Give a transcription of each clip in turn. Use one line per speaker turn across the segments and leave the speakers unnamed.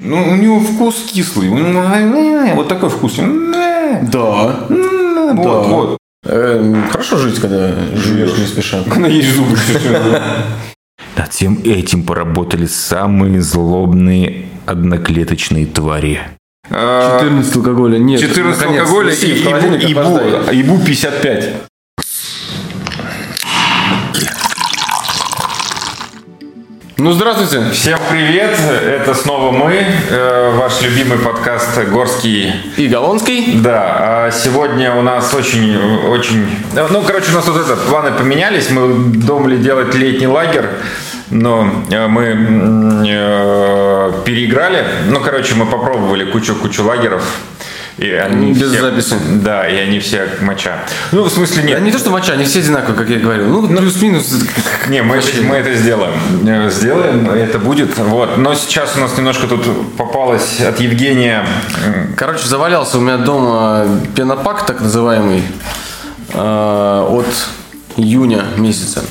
Ну, у него вкус кислый. «Э, Вот такой вкус. Вот,
Да.
вот.
Эм, хорошо жить, когда живешь не спеша.
Она есть зубы. всё, всё.
Над всем этим поработали самые злобные одноклеточные твари.
А,
14 алкоголя. Нет,
14
наконец,
алкоголя
неси
и
в холодильник,
ибу-
опоздаю.
ибу- ибу 55.
Ну, здравствуйте.
Всем привет, это снова мы, э, ваш любимый подкаст «Горский».
И Голонский.
Да, а сегодня у нас очень, очень... Ну, короче, у нас вот это, планы поменялись, мы думали делать летний лагерь, но э, мы м, э, переиграли. Ну, короче, мы попробовали кучу-кучу лагеров. И они
Без
все-
записи.
Да, и они все моча. Ну, в смысле, нет.
Да не то, что моча, они все одинаковые, как я и говорил. Ну, плюс-минус.
Не, мы, это- мы это сделаем. Э, Сделаем, это будет. Вот. Но сейчас у нас немножко тут попалось от Евгения. м,
Короче, завалялся у меня дома пенопак, так называемый, э, от июня месяца.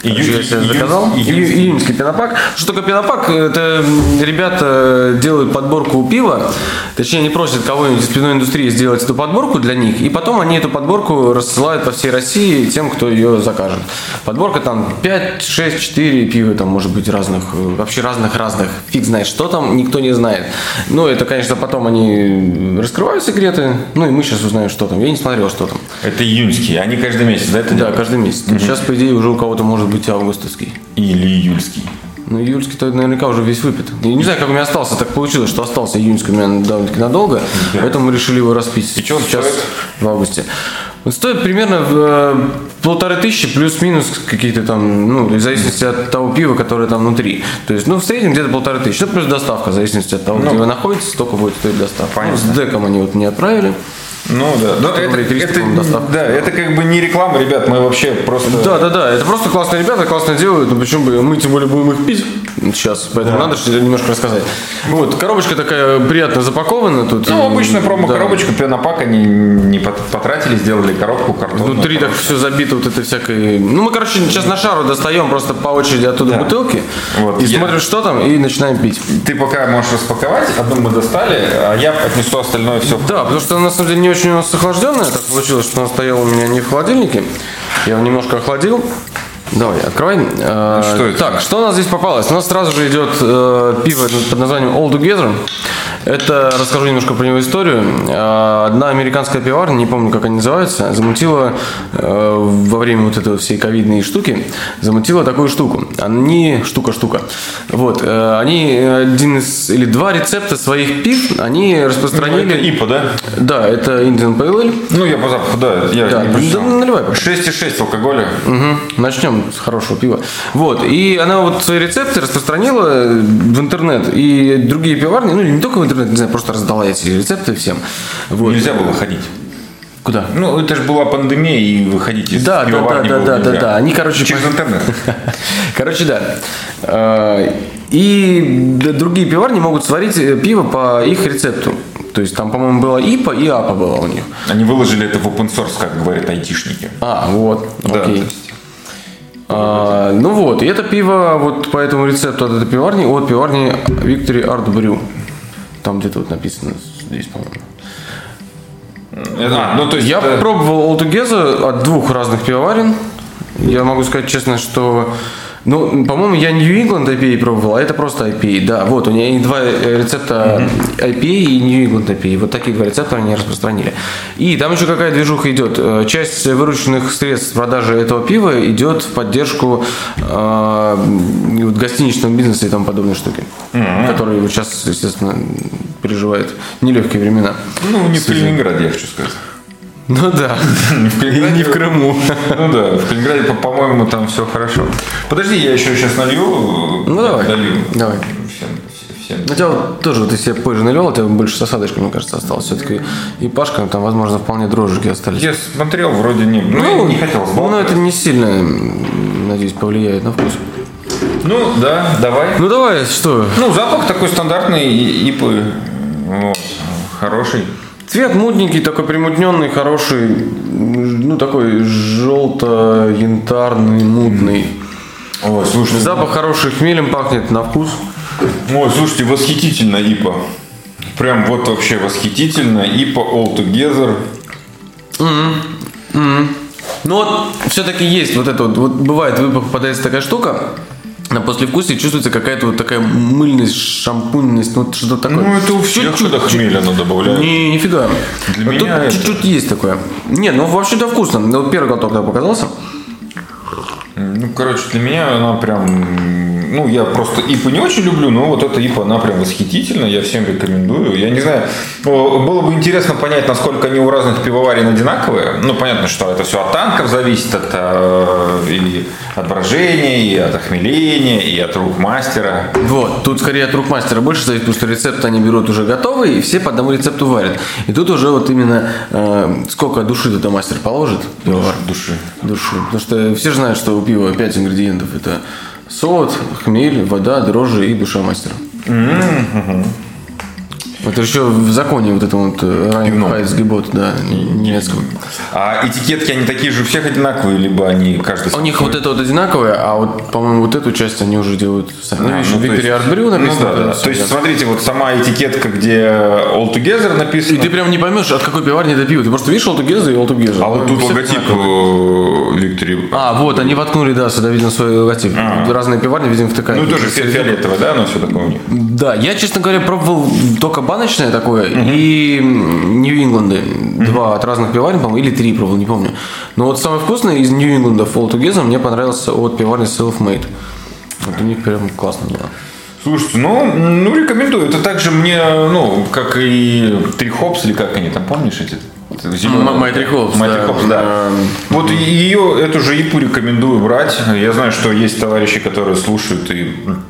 Короче,
Июнь-
я себе
июнь-
заказал.
июнь-
Ию- Июньский пенопак. Что такое пенопак? Это м, ребята э, делают подборку пива. Точнее, они просят кого-нибудь из пивной индустрии сделать эту подборку для них. И потом они эту подборку рассылают по всей России тем, кто ее закажет. Подборка там 5, 6, 4 пива там может быть разных. э, Вообще разных-разных. Фиг знает, что там, никто не знает. Ну, это, конечно, потом они раскрывают секреты. Ну, и мы сейчас узнаем, что там. Я не смотрел, что там.
Это июньский. Они каждый месяц, да, это
Да,
делают?
каждый месяц. Сейчас, по идее, уже у кого-то может быть августовский.
Или июльский.
Ну, июльский-то наверняка уже весь выпит. Я не знаю, как у меня остался. Так получилось, что остался июньский у меня довольно-таки надолго. Поэтому мы решили его распить.
И чё он
сейчас
стоит?
в августе. Он стоит примерно э, полторы тысячи плюс-минус какие-то там, ну, в зависимости от того пива, которое там внутри. То есть, ну, в среднем где-то полторы тысячи. Ну, плюс доставка, в зависимости от
Ну.
того, где вы находитесь, столько будет стоить доставка. Ну, с деком они вот не отправили.
Ну да. Но это,
рублей 300,
это-
по-моему, доставка.
да, это как бы не реклама, ребят, мы вообще просто...
Да, да, да, это просто классные ребята, классно делают, ну почему бы, мы тем более будем их пить сейчас, поэтому надо что-то немножко рассказать. Вот, коробочка такая приятно запакована тут.
Ну,
М,
обычную
да.
промо-коробочку, пенопак они не пот- потратили, сделали коробку картонную.
Внутри так все забито вот этой всякой... Ну, мы, короче, сейчас на шару достаем просто по очереди оттуда бутылки
Вот,
и
я-
смотрим, что там, и начинаем пить.
Ты пока можешь распаковать, одну мы достали, а я отнесу остальное все.
Да, потому что на самом деле не очень у нас охлажденная. Так получилось, что она стояла у меня не в холодильнике. Я его немножко охладил. Давай, открывай.
Ну,
Э,
Что это?
Так, что у нас здесь попалось? У нас сразу же идет э, пиво под названием All Together. Это, расскажу немножко про него историю. Э, Одна американская пиварня, не помню, как они называются, замутила э, во время вот этой всей ковидной штуки, замутила такую штуку. Они, штука-штука, вот, э, они один из, или два рецепта своих пив, они распространили...
Это ИПА, да?
Да, это Indian Pale Ale.
Ну, я по запаху, да, я
Да,
не прочитал.
да, наливай пока.
6,6 алкоголя.
Мгм. Начнем с хорошего пива. Вот. И она вот свои рецепты распространила э, в интернет. И другие пиварни, ну не только в интернет, не знаю, просто раздала эти рецепты всем. Вот.
Нельзя было ходить.
Куда?
Ну, это же была пандемия, и выходить из
Да, да,
пивоварни
да,
было
да, да,
нельзя.
да. Они, короче,
Через
по-
интернет.
Короче, да. Э, И д- другие пиварни могут сварить э, пиво по их рецепту. То есть там, по-моему, было ИПА и АПА было у них.
Они выложили это в open source, как говорят айтишники.
А, вот.
Да, то
окей.
есть.
А, ну вот, и это пиво вот по этому рецепту от этой пиварни, от пиварни Victory Art Brew. Там где-то вот написано здесь, по-моему.
А, ну, то есть
Я
это-
пробовал All Together от двух разных пивоварен. Я могу сказать честно, что... Ну, по-моему, я New England IPA пробовал, а это просто IPA. Да, вот, у меня и два э, рецепта IPA и New England IPA. Вот такие два рецепта они распространили. И там еще какая движуха идет. Э, Часть вырученных средств продажи этого пива идет в поддержку э, вот гостиничного бизнеса и тому подобной штуки, который вот сейчас, естественно, переживает нелегкие времена.
Ну, не в Калининграде, я хочу сказать.
Ну да. И не в Крыму.
Ну да, в Калининграде, по- по-моему, там все хорошо. Подожди, я еще сейчас налью.
Ну давай.
Налью.
Давай.
Всем, всем.
У тебя Ну, вот тоже вот ты себе позже налил, у тебя больше с осадочкой, мне кажется, осталось все-таки. И Пашка, там, возможно, вполне дрожжики остались.
Я смотрел, вроде не... Ну, я не хотел
Ну,
сбалтывать.
это не сильно, м, надеюсь, повлияет на вкус.
Ну, да, давай.
Ну, давай, что?
Ну, запах такой стандартный, и- ипы. Вот. Хороший.
Цвет мутненький, такой примутненный, хороший, м, ну, такой желто-янтарный, мутный.
Ой, слушай,
Запах хороший, хмелем пахнет на вкус.
Ой, слушайте, восхитительно ИПА. Прям вот вообще восхитительно. ИПА All Together.
Ну вот, все-таки есть вот это вот, вот бывает, в ИПА попадается такая штука, на послевкусии чувствуется какая-то вот такая мыльность, шампуньность, ну вот что-то такое.
Ну, это у всех
Чуть-чуть.
чудо хмеля надо добавлять.
Не, нифига.
Для
Вот
меня
тут
это-
чуть-чуть есть такое. Не, ну вообще-то вкусно. Ну, вот первый глоток когда показался.
Ну, короче, для меня она прям... Ну, я просто ИПу не очень люблю, но вот эта ИПа, она прям восхитительна, я всем рекомендую. Я не знаю, о, было бы интересно понять, насколько они у разных пивоварен одинаковые. Ну, понятно, что это все от танков зависит, от, э, и от брожения, и от охмеления, и от рук мастера.
Вот, тут скорее от рук мастера больше зависит, потому что рецепт они берут уже готовый, и все по одному рецепту варят. И тут уже вот именно э, сколько души туда мастер положит. пивовар.
Души.
Душу. Потому что все же знают, что у пива 5 ингредиентов. Это солод, хмель, вода, дрожжи и душа мастера. Это еще в законе вот это вот
Пивном.
Райнхайс Гибот, да, немецкого.
А этикетки, они такие же у всех одинаковые, либо они каждый...
У них вот это вот одинаковое, а вот, по-моему, вот эту часть они уже делают сами. Ну,
А,
еще
ну, то
Виктори
есть-
Артбрю
Ну
написано.
да, да.
там всё,
То есть,
да.
смотрите, вот сама этикетка, где All Together написано.
И ты прям не поймешь, от какой пиварни это пиво. Ты просто видишь Олтугеза и Олтугеза.
А вот тут логотип э, Виктори.
А, вот, они воткнули, да, сюда, видно, свой логотип. Разные пиварни, видимо, втыкают.
Ну тоже фи- фиолетовое, да, оно все такое у них.
Да, я, честно говоря, пробовал только баночное такое и м, Нью-Ингланды. Два от разных пиварен, по-моему, или три пробовал, не помню. Но вот самый вкусный из Нью-Ингланда Fall Together мне понравился от пиварни Self Made. Вот у них прям классно было.
Слушайте, ну, м, ну рекомендую. Это также мне, ну, как и Три Хопс, или как они там, помнишь эти? зелёные?
М- My Three Hops,
My
да.
Three Hops, да.
Эм.
Вот ее, эту же ипу рекомендую брать. Я знаю, что есть товарищи, которые слушают и м,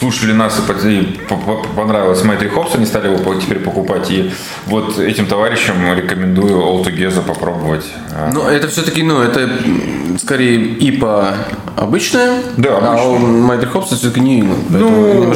слушали нас и под- и по- по- понравилось My Three Hops, они стали его по- теперь покупать. И вот этим товарищам рекомендую All Together попробовать. Э,
Ну, это все-таки, ну, это м, скорее ИПА обычная,
Да,
а Майдер Хопс все-таки не Ингланд.
Ну,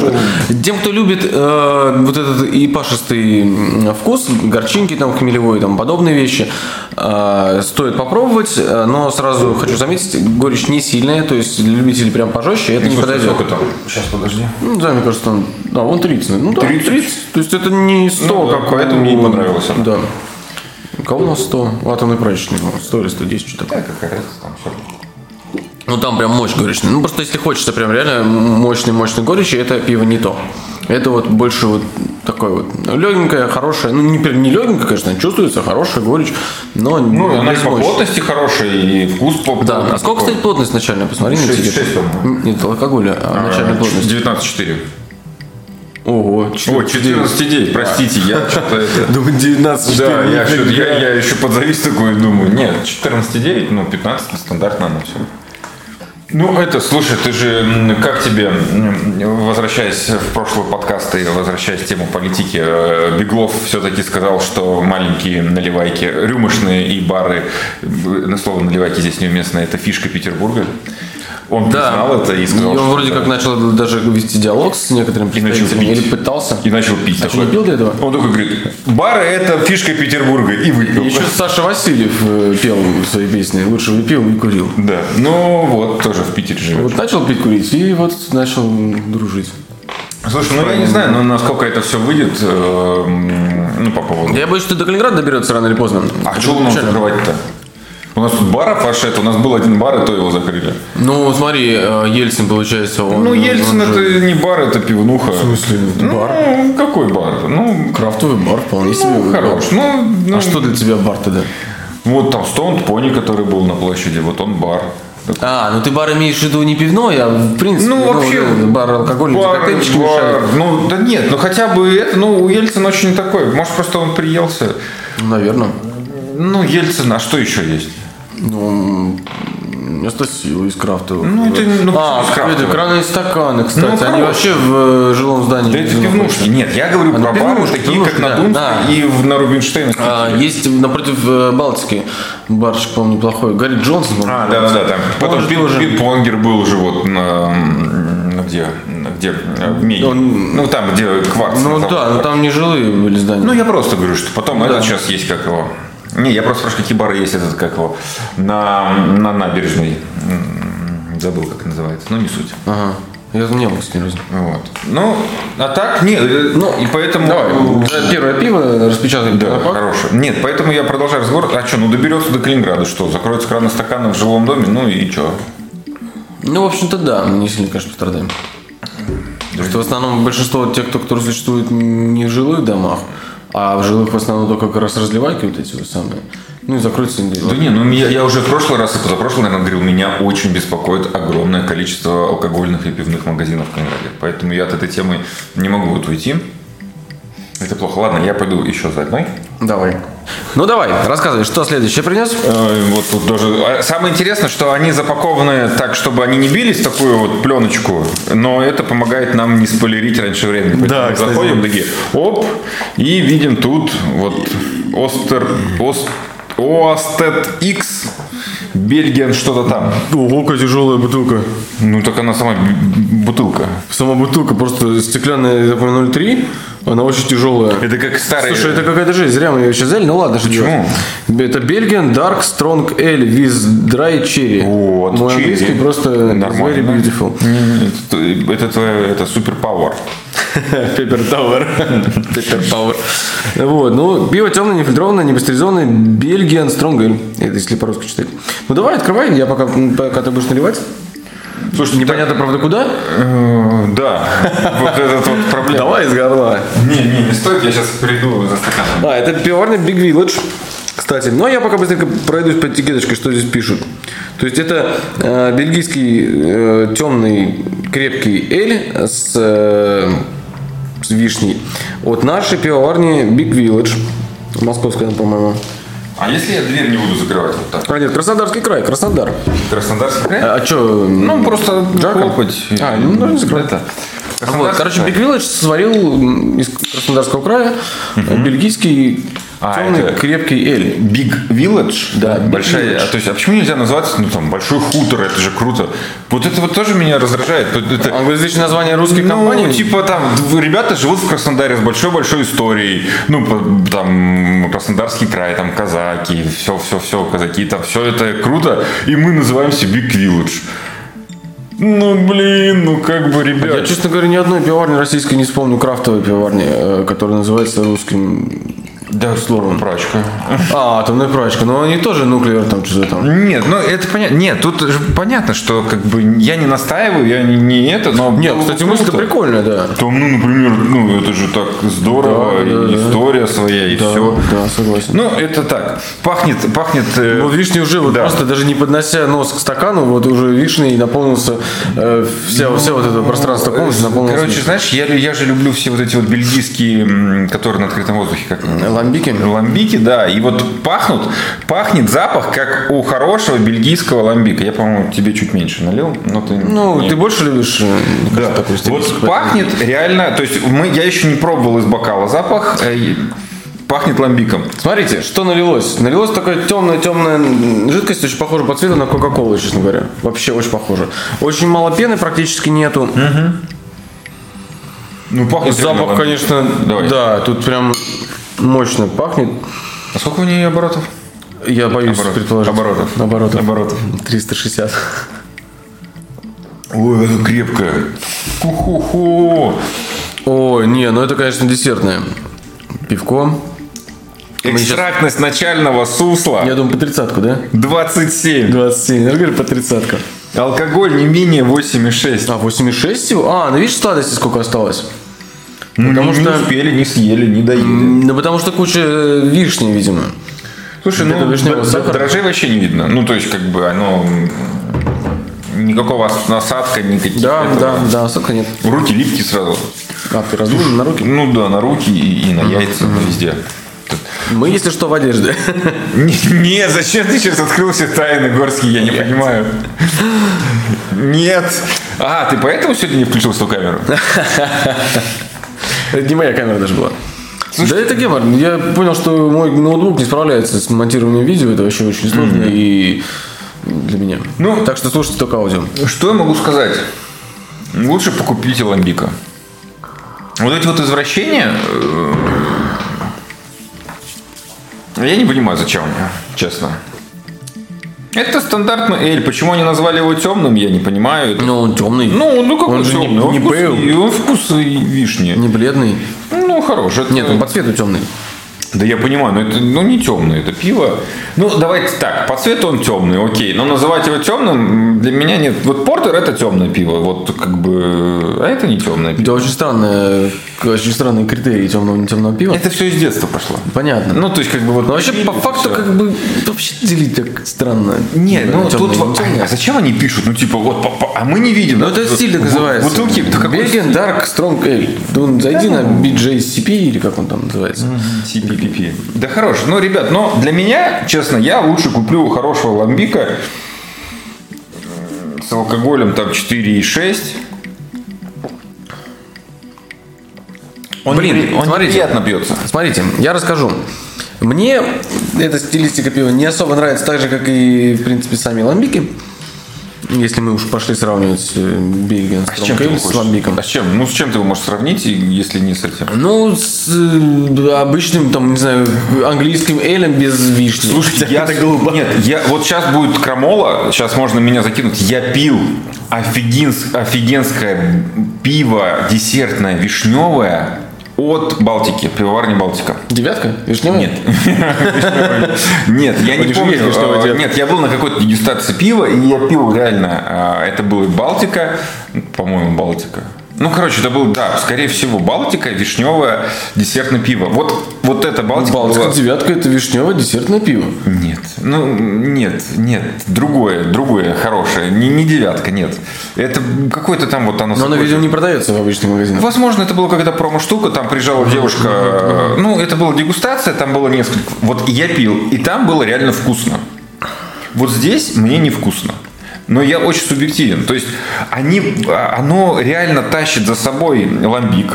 Тем, кто любит э, вот этот ипашистый м, вкус, горчинки там хмелевой и тому подобные вещи, э, стоит попробовать, э, но сразу хочу заметить, горечь не сильная, то есть для любителей прям пожестче это не
слушай,
подойдет.
сколько там? Сейчас, подожди.
Ну, да, мне кажется, там, да, он 30. Ну, да,
30.
30. То есть это не 100,
Ну, да,
как
поэтому
у-
мне и понравилось оно.
Да. У кого у нас 100? Атомный прачечный. ну, 100 или 110, что-то такое.
Да, какая разница, там всё.
Ну, там прям мощь горечная. Ну, просто если хочется прям реально мощный-мощный горечи, это пиво не то. Это вот больше вот такое вот легенькое, хорошее. Ну, не, пер- не легенькое, конечно, а чувствуется, хорошая горечь, но
Ну,
не
она и
без
по
мощи.
плотности хорошая, и вкус по
Да, а сколько, кстати, плотность начальная? Посмотри на
Шесть-
этикетку.
шесть, по-моему.
М, Нет, алкоголя, а начальная плотность.
19,4.
Ого,
О,
14.
14,9, простите, я что-то это...
Думаю, 19
Да, я, чё-то- я, я еще подзавис такой и думаю, нет, 14,9, ну, 15 стандартно оно все. Ну, это, слушай, ты же, м, как тебе, м, возвращаясь в прошлый подкаст и возвращаясь к тему политики, э, Беглов все-таки сказал, что маленькие наливайки, рюмочные и бары, э, слово наливайки здесь неуместно, это фишка Петербурга. Он признал это и сказал,
Ну, он
что
вроде
это-
как начал даже вести диалог с некоторыми
И начал
представителями,
пить.
или пытался.
И начал пить.
А что, не пил до этого?
Он только говорит, бары это фишка Петербурга. И выпил.
Еще Саша Васильев э, пел свои песни. Лучше бы пил и курил.
Да. Ну вот, тоже в Питере живет.
Вот начал пить курить и вот начал дружить.
Слушай, ну я не знаю, но насколько это все выйдет, эм, ну по поводу...
Я боюсь, что до Калининграда доберется рано или поздно.
А что нам закрывать-то? У нас тут баров аж это, у нас был один бар, и то его закрыли.
Ну, смотри, э, Ельцин, получается, он...
Ну, Ельцин
он же-
это не бар, это пивнуха. В
смысле, бар?
Ну, какой бар? Ну,
Крафтовый бар вполне
ну,
себе.
хорош. Ну, ну,
А что для тебя бар тогда?
вот там Стоунт Пони, который был на площади, вот он бар.
А, ну ты бар имеешь в виду не пивной, а в принципе...
Ну, вообще,
да, бар алкогольный,
бар,
коктейльчики
бар.
мешают.
Ну, да нет, ну хотя бы это, ну, у Ельцина очень такой, может, просто он приелся.
Наверное.
Ну, Ельцин, а что еще есть?
Ну, вместо сил из крафтовых.
Ну, это, ну,
а,
почему из крафтовых?
это кранные стаканы, кстати.
Ну,
Они
хорош.
вообще в э, жилом здании.
Да это
находятся.
пивнушки. Нет, я говорю
А, ну,
про бары,
пивнушки,
такие как
пивнушки,
на
да,
Думской
да.
и в, на Рубинштейнах.
А, есть напротив э, Балтики барчик, по-моему, неплохой. Гарри Джонсон. по-моему,
А, да, да, да, там. Потом
же
пин-
тоже.
пинг-понгер был уже вот на, м, где, где, э, в Меге.
Он-
Ну, там, где кварц.
Ну
на
да,
заводе.
но там не жилые были здания.
Ну, я просто говорю, что потом этот сейчас есть как его. Не, я просто спрашиваю, какие бары есть этот, как его, на, на набережной. М, Забыл, как называется, но не суть.
Ага. Я там не был с ни разу.
Вот. Ну, а так нет. Ну, и поэтому...
Давай, за первое пиво распечатать.
Да,
пак.
хорошо. Нет, поэтому я продолжаю разговор. А что, ну доберется до Калининграда, что? Закроется краны стаканы в жилом доме, ну и что?
Ну, в общем-то, да, мы не сильно, конечно, пострадаем. Потому что в основном большинство тех, кто, которые существуют не в жилых домах, а в жилых в основном только как раз разливайки вот эти вот самые. Ну и закроются
Да не, ну я, я уже в прошлый раз и позапрошлый, наверное, говорил, меня очень беспокоит огромное количество алкогольных и пивных магазинов в Калининграде. Поэтому я от этой темы не могу вот уйти. Это плохо. Ладно, я пойду еще за одной.
Давай. Ну давай, рассказывай, что следующее принес?
Э, Вот тут даже. а Самое интересное, что они запакованы так, чтобы они не бились, такую вот пленочку, но это помогает нам не спойлерить раньше времени. Поэтому
Да,
мы
кстати.
заходим, такие, оп, и видим тут вот Остер, Ост, Остет X, Бельгиан, что-то там.
Ого, какая тяжелая бутылка.
Ну, так она сама б- бутылка.
Сама бутылка просто стеклянная, я так понимаю, 0,3. Она очень тяжелая.
Это как старый...
Слушай, это какая-то жизнь, зря мы ее сейчас взяли, ну ладно, шучу.
Почему?
Это Бельгиан Dark Strong Ale with Dry Cherry.
Вот,
Мой
черри.
английский просто
Нормально.
very beautiful.
М, это- Это твое, это супер пауэр.
Paper Tower. Paper Tower. Вот, ну, пиво темное, нефильтрованное, не пастеризованное, Бельгиан Strong Ale. Это если по-русски читать. Ну, давай, открывай, я пока, пока ты будешь наливать.
Слушай,
Непонятно, правда, куда?
Э, Да, вот этот вот проблема.
Давай из горла.
Не, не, не стоит, я сейчас приду за стаканом.
А, это пивоварня Big Village. Кстати, но я пока быстренько пройдусь по этикеточке, что здесь пишут. То есть это э, бельгийский темный крепкий эль с, э, с вишней от нашей пивоварни Big Village. Московская, по-моему.
А если я дверь не буду закрывать вот так?
А нет, Краснодарский край, Краснодар.
Краснодарский край?
А, что?
Ну, просто хлопать.
А, ну, ну, не закрывай.
Это.
Вот,
Краснодарский
короче,
край.
Big Village сварил м, из Краснодарского края э, бельгийский
А,
темный
это-
крепкий эль.
Big Village,
Да, Big
большая.
Village.
А, то есть, а почему нельзя называться, ну там большой хутор, это же круто. Вот это вот тоже меня раздражает. Вот это-
Англоязычное А, название русской
Ну,
компании.
типа там, дв- ребята живут в Краснодаре с большой-большой историей. Ну, по- там, Краснодарский край, там, казаки, все-все-все, казаки, там, все это круто. И мы называемся Big Village. Ну, блин, ну как бы,
А Я,
ребят.
честно говоря, ни одной пивоварни российской не вспомню, крафтовой пивоварни, э, которая называется русским...
Да, словом прачка.
А, атомная прачка. Но они тоже нуклеер там что-то там.
Нет, ну это понятно. Нет, тут же понятно, что как бы я не настаиваю, я не, не это, но...
Нет,
было
кстати,
бы
мысль-то
Ну, круто.
прикольная, да.
Там, ну, например, ну это же так здорово,
Да, да,
и
да.
история своя, и все.
Да, согласен.
Ну, это так. Пахнет, пахнет... э,
Ну, вишня уже вот
Да.
просто даже не поднося нос к стакану, вот уже вишней наполнился э, вся, вся вот это пространство полностью наполнилось.
Ну, э, Короче, знаешь, я, лю- я же люблю все вот эти вот бельгийские, м, которые на открытом воздухе, как они?
ламбики.
ламбики, да, и вот пахнут, пахнет запах, как у хорошего бельгийского ламбика. Я, по-моему, тебе чуть меньше налил, но ты...
Ну,
не-
ты больше любишь э, мне кажется,
да.
такую
вот
стилистику?
пахнет реально, то есть мы, я еще не пробовал из бокала запах, э, и пахнет ламбиком.
Смотрите, что налилось. Налилось такая темная-темная жидкость, очень похожа по цвету на Кока-Колу, честно говоря. Вообще очень похожа. Очень мало пены практически нету.
Ну, пахнет реально
Запах,
ламбиком.
конечно,
Давай.
да, тут прям мощно пахнет.
А сколько у нее оборотов?
Я боюсь
Оборот.
предположить.
Оборотов.
Оборотов.
Оборотов.
360.
Ой, это крепкая. Ху-ху-ху.
Ой, не, ну это, конечно, десертное. Пивко. Мы щас-
Экстрактность начального сусла.
Я думаю, по тридцатку, да?
27.
27. Я же говорю, по тридцатку.
Алкоголь не менее 8,6.
А, 8,6 всего? А, ну видишь, сладости сколько осталось? Ну, потому
не,
что-
успели, не съели, не доели.
М, Да потому что куча э, вишни, видимо.
Слушай,
Это
ну,
вишневого
д- д-
сахара?
дрожжей вообще не видно. Ну, то есть, как бы, оно... м, Никакого ос- насадка, никаких...
Да,
этого.
да, да, сока нет.
Руки липкие сразу.
А, ты раздул на руки?
Ну да, на руки и, и на яйца, на везде.
Мы, если что, в одежде.
Не, не, зачем ты сейчас открыл все тайны горские, я не понимаю. Нет. А, ты поэтому сегодня не включил свою камеру?
Это не моя камера даже была. да это гемор. Я понял, что мой ноутбук не справляется с монтированием видео. Это вообще очень сложно и для меня.
Ну.
так что слушайте только аудио.
Что я могу сказать? Лучше покупите ламбика. Вот эти вот извращения... э, Я не понимаю, зачем они, честно. Это стандартный эль. Почему они назвали его темным, я не понимаю. Это-
Ну, он темный.
Ну, ну какой
Он же не-
темный? Он
не
вкус-
был.
и он вкус и вишни.
Не бледный.
Ну, хорош. Это...
Нет, он по цвету темный.
Да я понимаю, но это ну, не темное, это пиво. Ну, давайте так, по цвету он темный, окей. Но называть его темным для меня нет. Вот портер это темное пиво, вот как бы... А это не темное пиво.
Это очень странные, очень странные критерии темного не темного пива.
Это все из детства пошло.
Понятно.
Ну, то есть, как бы вот...
Но вообще,
пили,
по
это
факту,
всё.
как бы, вообще делить так странно.
Не, ну
Тёмное,
тут...
не
во-
тёмное.
А зачем они пишут? Ну, типа, вот, по- по- а мы не видим.
Ну, это
Вот
стиль так
бу-
называется.
Бутылки, да какой
Бельгиан Dark Strong Ale. Да вон, зайди на BJCP или как он там называется.
CPPP. Да хорош. Ну, ребят, но для меня, честно, я лучше куплю у хорошего ламбика м, с алкоголем там 4,6. Он
Блин,
непри- он
смотрите.
неприятно бьется.
Смотрите, я расскажу. Мне эта стилистика пива не особо нравится, так же, как и, в принципе, сами ламбики. Если мы уж пошли сравнивать э, Бельгиан
А С чем
Strong
ты его
Ale с
хочешь?
ламбиком.
А с чем? Ну, с чем ты его можешь сравнить, и- если не с этим?
Ну, с э, обычным, там, не знаю, английским элем без вишни. Хотя
я
это
с-
голуба.
Нет, я, вот сейчас будет крамола, сейчас можно меня закинуть. Я пил офигенс- офигенское пиво десертное вишневое от Балтики, пивоварни Балтика.
Девятка? Вишневая?
Нет. Нет, я не
них же
помню.
есть вишневое
а,
дерево.
Нет, я был на какой-то дегустации пива, и я пил реально. а, Это было Балтика, по-моему, Балтика. Ну, короче, это был, да, скорее всего, Балтика, вишневое, десертное пиво. Вот, вот это Балтика.
Балтика
была-
девятка это вишневое десертное пиво.
Нет, ну, нет, нет, другое, другое хорошее, не, не девятка, нет. Это какое-то там вот оно...
Но оно,
такое-
видимо, не продается в обычных магазинах.
Возможно, это была какая-то промо-штука, там приезжала девушка, э, ну, это была дегустация, там было несколько. Вот я пил, и там было реально вкусно. Вот здесь мне невкусно. Но я очень субъективен. То есть они, а, оно реально тащит за собой ламбик.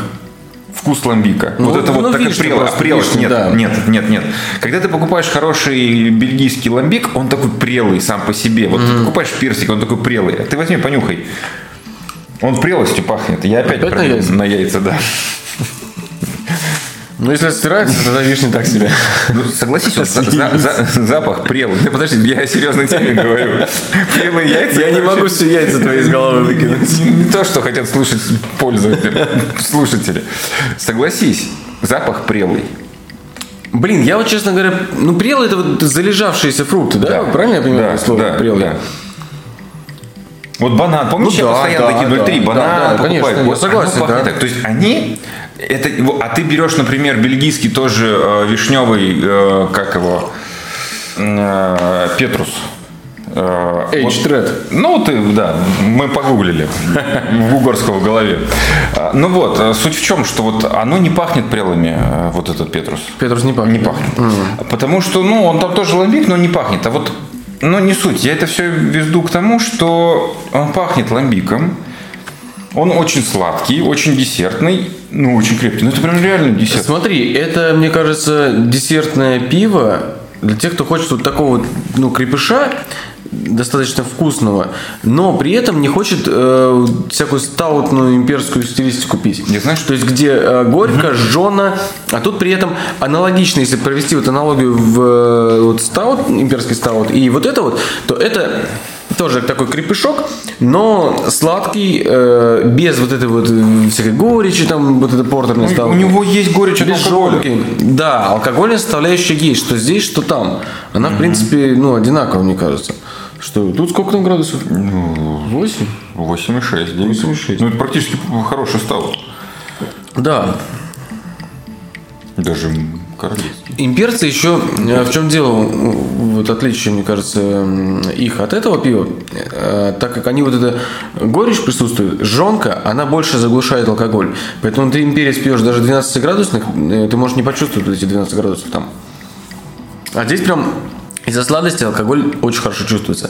Вкус ламбика.
Ну,
вот это
ну,
вот такая
вишня
прелость.
просто,
прелость.
вишня,
Нет,
да.
нет, нет, нет. Когда ты покупаешь хороший бельгийский ламбик, он такой прелый сам по себе. Вот ты покупаешь персик, он такой прелый. А ты возьми, понюхай. Он прелостью пахнет. Я опять,
Опять
про-
на яйца?
на яйца, да.
Ну, если стирается, тогда вишня так себе.
Ну, согласись, вот за- за- за- запах прелый. Да подожди, я серьезно тебе говорю. Прелые яйца.
Я
это
не
вообще-
могу все яйца твои из головы выкинуть.
Не то, что хотят слушать пользователи, слушатели. Согласись, запах прелый.
Блин, я вот, честно говоря, ну, прелы это вот залежавшиеся фрукты, да? Правильно я понимаю
Да,
слово
да,
прелы?
да. Вот банан,
Ну
помнишь, я
да,
постоянно
да,
такие 0,3
да, да,
банана
да, конечно,
покупают.
я
Вот оно
согласен,
пахнет
да.
так. То есть они, это, его- а ты берешь, например, бельгийский тоже э, вишневый, э, как его, э, Петрус. Э, вот-
H-Thread.
ну, ты, да, мы погуглили в Угорского голове. А, Ну вот, э, суть в чем, что вот оно не пахнет прелыми, э, вот этот Петрус.
Петрус не
Не
пахнет.
пахнет. Потому что, ну, он там тоже ламбик, но не пахнет. А вот, ну, не суть. Я это все веду к тому, что он пахнет ламбиком. Он очень сладкий, очень десертный, ну, очень крепкий. Ну, это прям реально десерт.
Смотри, это, мне кажется, десертное пиво для тех, кто хочет вот такого вот, ну, крепыша, достаточно вкусного, но при этом не хочет э, всякую стаутную имперскую стилистику пить.
Я знаю, что-
То есть, где э, горько, жжено, а тут при этом аналогично, если провести вот аналогию в э, вот стаут, имперский стаут, и вот это вот, то это тоже такой крепышок, но сладкий, э, без вот этой вот э, всякой горечи, там, вот это портерной
Ну, У
стаут.
него есть горечь от
Без
алкоголя.
жёлтки. Да, алкогольная составляющая есть, что здесь, что там. Она, в принципе, ну, одинакова, мне кажется. Что, тут сколько там градусов? 8?
8,6. 9,6. Ну, это практически хороший стал.
Да.
Даже королевский.
Имперцы еще, э, в чем дело, э, вот отличие, мне кажется, м, их от этого пива, э, так как они вот это горечь присутствует, жонка, она больше заглушает алкоголь. Поэтому ты имперец пьешь даже 12-градусных, э, ты можешь не почувствовать вот эти 12 градусов там. А здесь прям из-за сладости алкоголь очень хорошо чувствуется.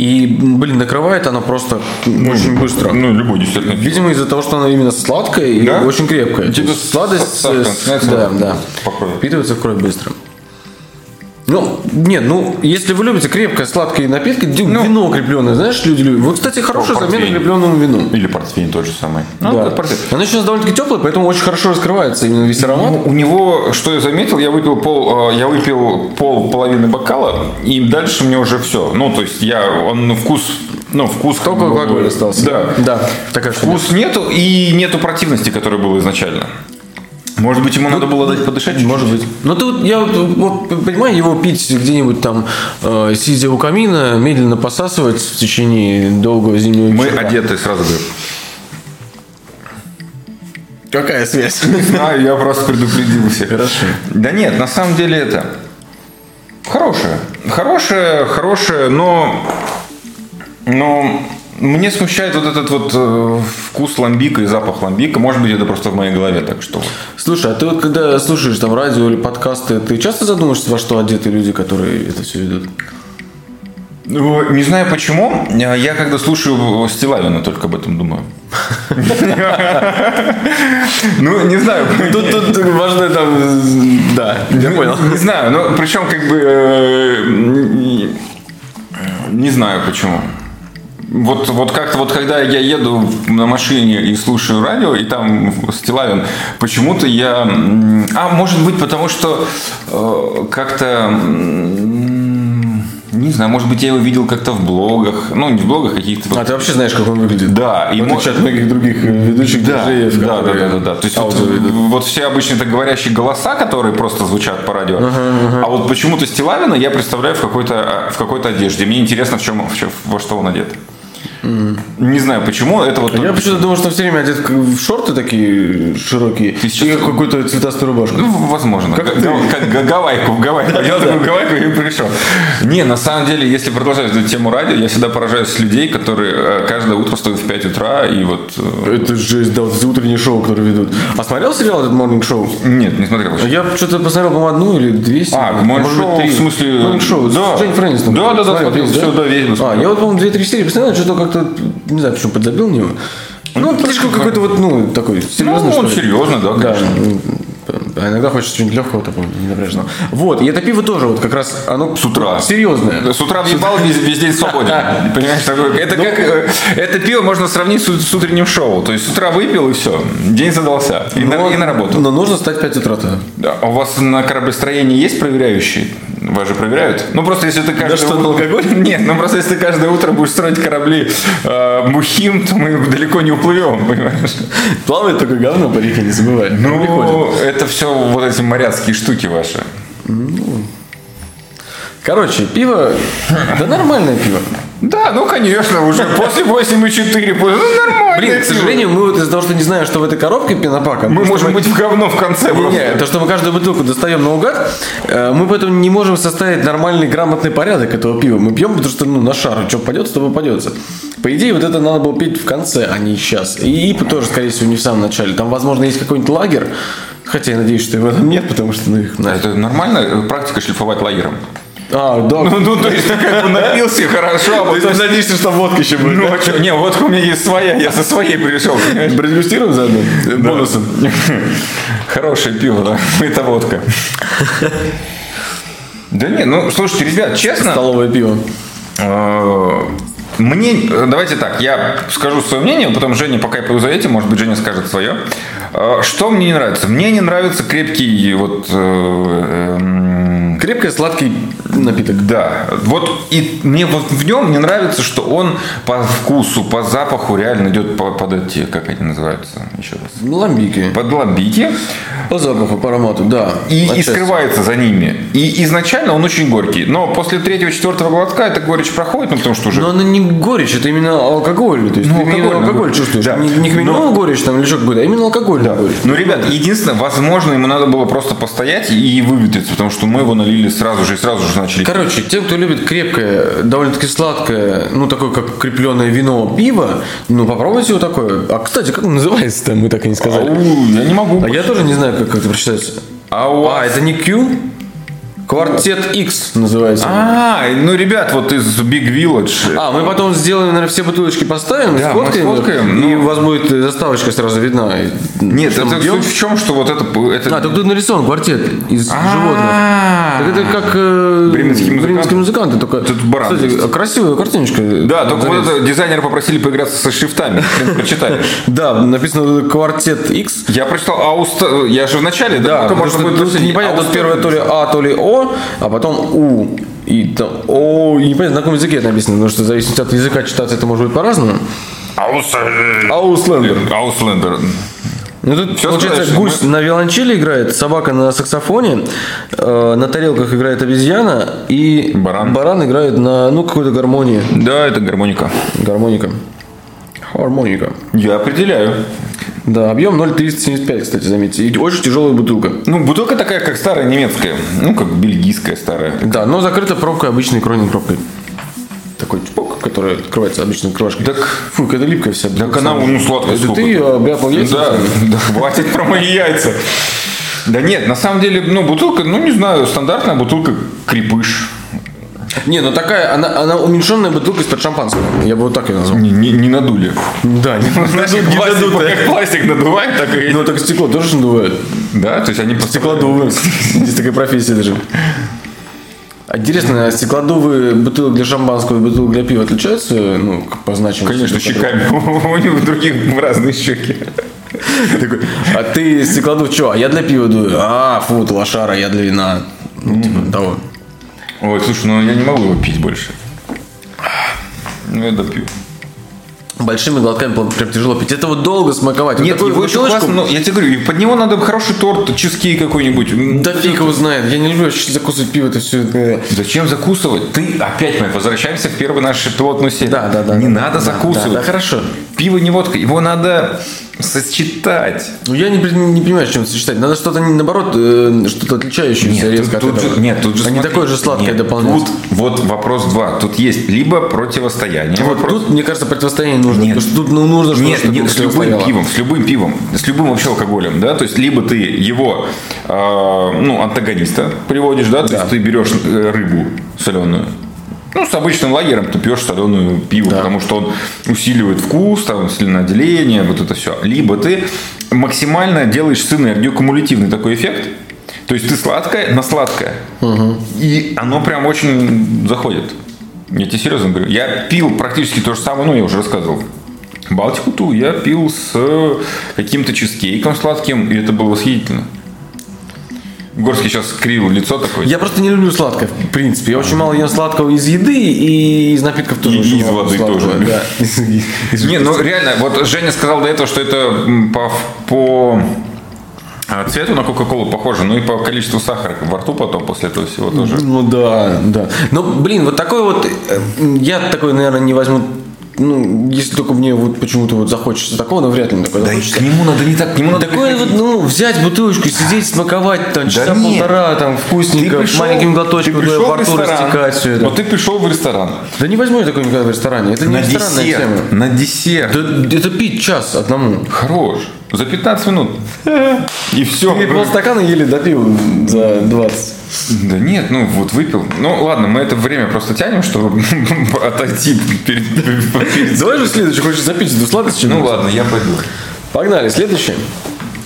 И, м, блин, накрывает оно просто очень быстро.
Ну, любой десертный пиво.
Видимо, из-за того, что оно именно сладкое и
Да?
очень крепкое.
Типа
То есть сладость
сладко
э, с-
начинается
да,
вот
да,
по крови.
впитывается в кровь быстро. Ну, нет, ну, если вы любите крепкое, сладкие напитки, ди-
Ну.
вино крепленное, знаешь, люди любят. Вот, кстати, хорошая замена
портвейн.
крепленному вину.
Или портфель тот же самый. Ну,
Да.
как портфель.
Оно сейчас довольно-таки теплое, поэтому очень хорошо раскрывается именно весь аромат.
Ну, у него, что я заметил, я выпил пол, э, я выпил пол половины бокала, и дальше мне уже все. Ну, то есть я, он вкус, ну, вкус...
Только
как бы,
алкоголь остался.
Да.
Да, такая штука.
Вкус нету, и нету противности, которая была изначально. Может быть, ему надо было дать подышать? чуть-чуть?
Может быть. Но ты вот, я вот, вот понимаю, его пить где-нибудь там, э, сидя у камина, медленно посасывать в течение долгого зимнего
Мы
вечера.
одеты сразу говорю.
Какая связь?
Не знаю, А, я просто предупредил всех. Хорошо. Да нет, на самом деле это хорошее. Хорошее, хорошее, но... Но мне смущает вот этот вот э, вкус ламбика и запах ламбика. Может быть, это просто в моей голове, так что... вот.
Слушай, а ты вот когда слушаешь там радио или подкасты, ты часто задумываешься, во что одеты люди, которые это все ведут?
Ну, Не знаю почему, э, я когда слушаю э, Стилавина, только об этом думаю. Ну, не знаю.
Тут, тут важно там, э, да, я понял.
Не знаю, но причем как бы... э, м, Не знаю почему. Вот, вот как-то вот когда я еду на машине и слушаю радио, и там Стилавин, почему-то я... м, А, может быть, потому что э, как-то... м, Не знаю, может быть, я его видел как-то в блогах. Ну, не в блогах, а каких-то... вот-
А ты вообще знаешь, как он выглядит?
Да, и
В
мо-
отличие от многих других э, ведущих
да,
диджеев,
да, да, да,
которые
да, да. То есть вот, э,
аудио ведут.
вот все обычно это говорящие голоса, которые просто звучат по радио. А вот почему-то Стилавина я представляю в какой-то а, в какой-то одежде. Мне интересно, в чем в чем- во что он одет. Не знаю почему. Это вот
Я
только-
почему-то думал, что он все время одет как в шорты такие широкие и
сейчас-
какую-то цветастую рубашку.
Ну, возможно. Как, как га- гавайку, в гавайку. Я такую гавайку и пришел. Не, на самом деле, если продолжать эту тему радио, я всегда поражаюсь людей, которые э, каждое утро встают в 5 утра и вот... э,
Ну, Это жесть, да, вот эти утренние шоу, которые ведут. А смотрел сериал этот Morning Show?
Нет, не смотрел. еще.
Я что-то посмотрел, по-моему, одну или две
А,
серии,
Morning
может быть,
Show,
три. Ну,
в смысле...
Morning Show,
Да.
Джейн Фрэнистон.
Да, да, да,
Смотрел,
смотрел,
весь,
всё, да, весь
А,
посмотрел.
я вот, по-моему, две-три серии посмотрел, что-то как-то, не знаю, почему подзабил на него. Ну, он слишком какой-то вот, ну, такой серьезный,
ну, он
что ли.
серьезно, да,
Да,
конечно.
ну, а иногда хочется чего-нибудь легкого, такого ненапряженного. Вот, и это пиво тоже вот как раз оно
С утра.
серьезное.
С утра въебал, весь, весь день свободен. Понимаешь, такое- Это как... э, Это пиво можно сравнить с, с утренним шоу. То есть с утра выпил и все. День задался. И, на, и на работу.
Но нужно стать 5 утра
Ну,
тогда.
Да, а У вас на кораблестроении есть проверяющие? Вас же проверяют? Ну, просто если ты каждое
что,
утро-
на алкоголь?
Нет, ну просто если ты каждое утро будешь строить корабли э, Мухим, то мы далеко не уплывем, понимаешь?
Плавает только говно по реке, не забывай.
Ну, это все вот эти моряцкие штуки ваши.
Короче, пиво, да нормальное пиво.
Да, ну конечно, уже после 8,4. Ну, нормально.
Блин, к сожалению, мы вот из-за того, что не знаем, что в этой коробке пенопака,
Мы
то,
можем
что
быть в говно в конце
мы-
просто.
Не, то, что мы каждую бутылку достаем наугад, э, мы поэтому не можем составить нормальный грамотный порядок этого пива. Мы пьем, потому что, ну, на шару, что попадется, то попадется. По идее, вот это надо было пить в конце, а не сейчас. И ИП тоже, скорее всего, не в самом начале. Там, возможно, есть какой-нибудь лагерь, хотя я надеюсь, что его там нет, потому что, ну, их
А
нафиг.
Это нормальная э, практика шлифовать лагерем.
А, да.
Ну, ну, то есть, ты как бы напился, хорошо, а
То есть
потом...
ты надеешься, что там водка еще будет?
Ну, а чё, не, водка у меня есть своя, я со своей пришел. понимаешь?
Продегустируем заодно? Бонусом.
Хорошее пиво, да, это водка. Да не, ну, слушайте, ребят, честно,
Столовое пиво.
Э, Мне, э, давайте так, я скажу свое мнение, потом Женя, пока я пойду за этим, может быть, Женя скажет свое. Э, Что мне не нравится? Мне не нравится крепкий вот... э, эм,
Крепкое, сладкий напиток.
Да, вот и мне вот в нем не нравится, что он по вкусу, по запаху реально идет по- под эти, как они называются, еще раз,
Ламбики.
под ламбики
По запаху, по аромату, да.
и, и
Отчасти.
скрывается за ними. И изначально он очень горький, но после третьего, четвертого глотка эта горечь проходит, ну потому что уже
Но она не горечь, это именно алкоголь. То есть
Ну,
ты именно
алкогольная
алкоголь
горечь.
чувствуешь.
Да.
Не, не хмельную горечь, там, или что какой-то, а именно алкоголь. Да. Горечь.
Ну, ребят, единственное, возможно, ему надо было просто постоять и выветриться, потому что мы его налили сразу же и сразу же начали.
Короче, тем, кто любит крепкое, довольно-таки сладкое, ну, такое, как крепленное вино, пиво, ну, попробуйте вот такое. А, кстати, как оно называется-то, мы так и не
Ау,
сказали.
я не могу.
А я тоже не знаю, как это прочитается.
Ау,
А, это не Q? Квартет X называется.
А, ну, ребят, вот из Big Village.
А, мы потом сделаем, наверное, все бутылочки поставим,
Да, мы
сфоткаем, их,
сфоткаем,
и
ну.
у вас будет э, заставочка сразу видна.
Нет,
Что мы
это
пьем.
суть в чем, что вот это... это...
А, так тут нарисован квартет из животных.
А-а-а.
Так это как э,
А. Бременские музыканты.
бременские музыканты, только...
Тут баран.
Кстати, красивая картиночка.
Да, только
Зарез.
вот это дизайнера попросили поиграться со шрифтами. Хрен прочитаешь.
Да, написано квартет X.
Я прочитал ауста... Я же в начале, да?
Да,
потом
потому
можно
что
будет
тут
просто-
непонятно, тут
Аустер-
первое то ли А, то ли О, а потом У. И там О, и непонятно, на каком языке это написано, потому что в зависимости от языка читаться это может быть по-разному.
Аустер-
Ауслендер.
Ауслендер.
Ну тут,
Всё
получается,
сказали, что
гусь на виолончели играет, собака на саксофоне, э, на тарелках играет обезьяна, и
Баран.
играет на, ну, какой-то гармонии.
Да, это гармоника.
Гармоника. Гармоника.
Я определяю.
Да, объем 0,375, кстати, заметьте. И очень тяжелая бутылка.
Ну, бутылка такая, как старая немецкая. Ну, как бельгийская старая.
Да, но закрыта пробкой, обычной кронин пробкой. Такой чпок, который открывается обычной крышкой.
Так-
фу, какая-то липкая вся.
Так она, ну, сладкая
Это
сколько?
ты э, её обляпал яйца?
Да, да, хватит про мои яйца. Да нет, на самом деле, ну, бутылка, ну, не знаю, стандартная бутылка крепыш.
Не, ну такая, она, она уменьшенная бутылка из-под шампанского. Я бы вот так ее назвал.
Не, не- не надули.
Да, не
Значит, пластик, как пластик надувает, так и
Ну так стекло тоже надувают.
Да, то есть они просто...
Стеклодувы. Здесь такая профессия даже. А Интересно, а стеклодувы бутылок для шампанского и бутылок для пива отличаются ну, к- по значимости?
Конечно,
друг от
щеками. У них других разные щеки.
Такой, а ты стеклодув что? А я для пива дую. А, фу, ты лошара, я для вина. Ну, типа того.
Ой, слушай, ну я не могу его пить больше. Ну, я допью.
Большими глотками пл- прям тяжело пить. Это вот долго смаковать. Вот
Нет,
такую
его еще
бутылочку-
классно, но я тебе говорю, и под него надо хороший торт, чизкей какой-нибудь.
Да фиг его знает. Я не люблю вообще закусывать пиво, это э, все.
Зачем закусывать? Ты опять мы возвращаемся в первую нашу пилотную сеть.
Да, да, да.
Не
да,
надо
да,
закусывать.
Да, да, хорошо.
Пиво не водка, его надо сочетать.
Ну я не, при- не понимаю, с чем это сочетать. Надо что-то не- наоборот, э, что-то отличающееся резко
тут,
от
тут
этого.
же, нет, тут же
А не
смотри,
такое же сладкое
нет,
дополнение.
Тут вот вопрос два. Тут есть либо противостояние.
вот
вопрос-
тут, мне кажется, противостояние нужно.
Нет.
Потому что тут ну, нужно, чтобы
Нет,
чтобы
нет, с любым
противостояло.
пивом, с любым пивом, с любым вообще алкоголем, да, то есть либо ты его, э, ну, антагониста приводишь, да, то есть ты берешь э, рыбу соленую, ну, с обычным лагером ты пьешь соленую пиво, потому что он усиливает вкус, там, слюноотделение, вот это все. Либо ты максимально делаешь синергию, кумулятивный такой эффект, то есть ты сладкое на сладкое. И оно прям очень заходит. Я тебе серьезно говорю. Я пил практически то же самое, ну, я уже рассказывал. Балтику ту я пил с э, каким-то чизкейком сладким, и это было восхитительно. Горский сейчас скривил лицо такое.
Я просто не люблю сладкое, в принципе. Я очень мало ем сладкого из еды и из напитков тоже.
И-
очень
и из
мало
воды
сладкого,
тоже.
Да. Из- из- из-
Не, ну реально, вот Женя сказал до этого, что это м, по, по а, цвету на Кока-Колу похоже, ну и по количеству сахара во рту потом после этого всего тоже.
Ну да, да. Но, блин, вот такой вот... э, Я такой, наверное, не возьму... Ну, если только мне вот почему-то вот захочется такого, но вряд ли мне такое захочется.
нему надо не так, к нему
Такое вот, ну, взять бутылочку, сидеть, смаковать, там, часа
нет.
полтора, там, вкусненько, маленьким глоточком, да, во рту растекать все это.
Но ты пришел в ресторан.
Да не возьму я такое никогда в ресторане, это не
На
ресторанная тема.
десерт. На десерт.
Да это пить час одному.
Хорош. За 15 минут. И все.
И полстакана еле допил за 20.
Да нет, ну вот выпил. Ну ладно, мы это время просто тянем, чтобы отойти перед... перед-
Давай же следующий, хочешь запить эту сладость?
Ну ладно, я пойду.
Погнали, следующий.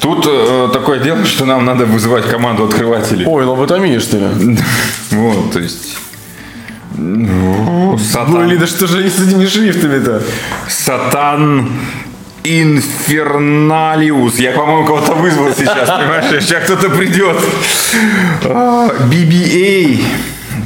Тут э, такое дело, что нам надо вызывать команду открывателей.
Ой, ну лоботомия, что ли?
Вот, то есть... Ну,
Ой,
Сатан,
Лида, что же они с этими шрифтами-то?
сатан Инферналиус. Я, по-моему, кого-то вызвал сейчас, понимаешь? Сейчас кто-то придет. А, BBA.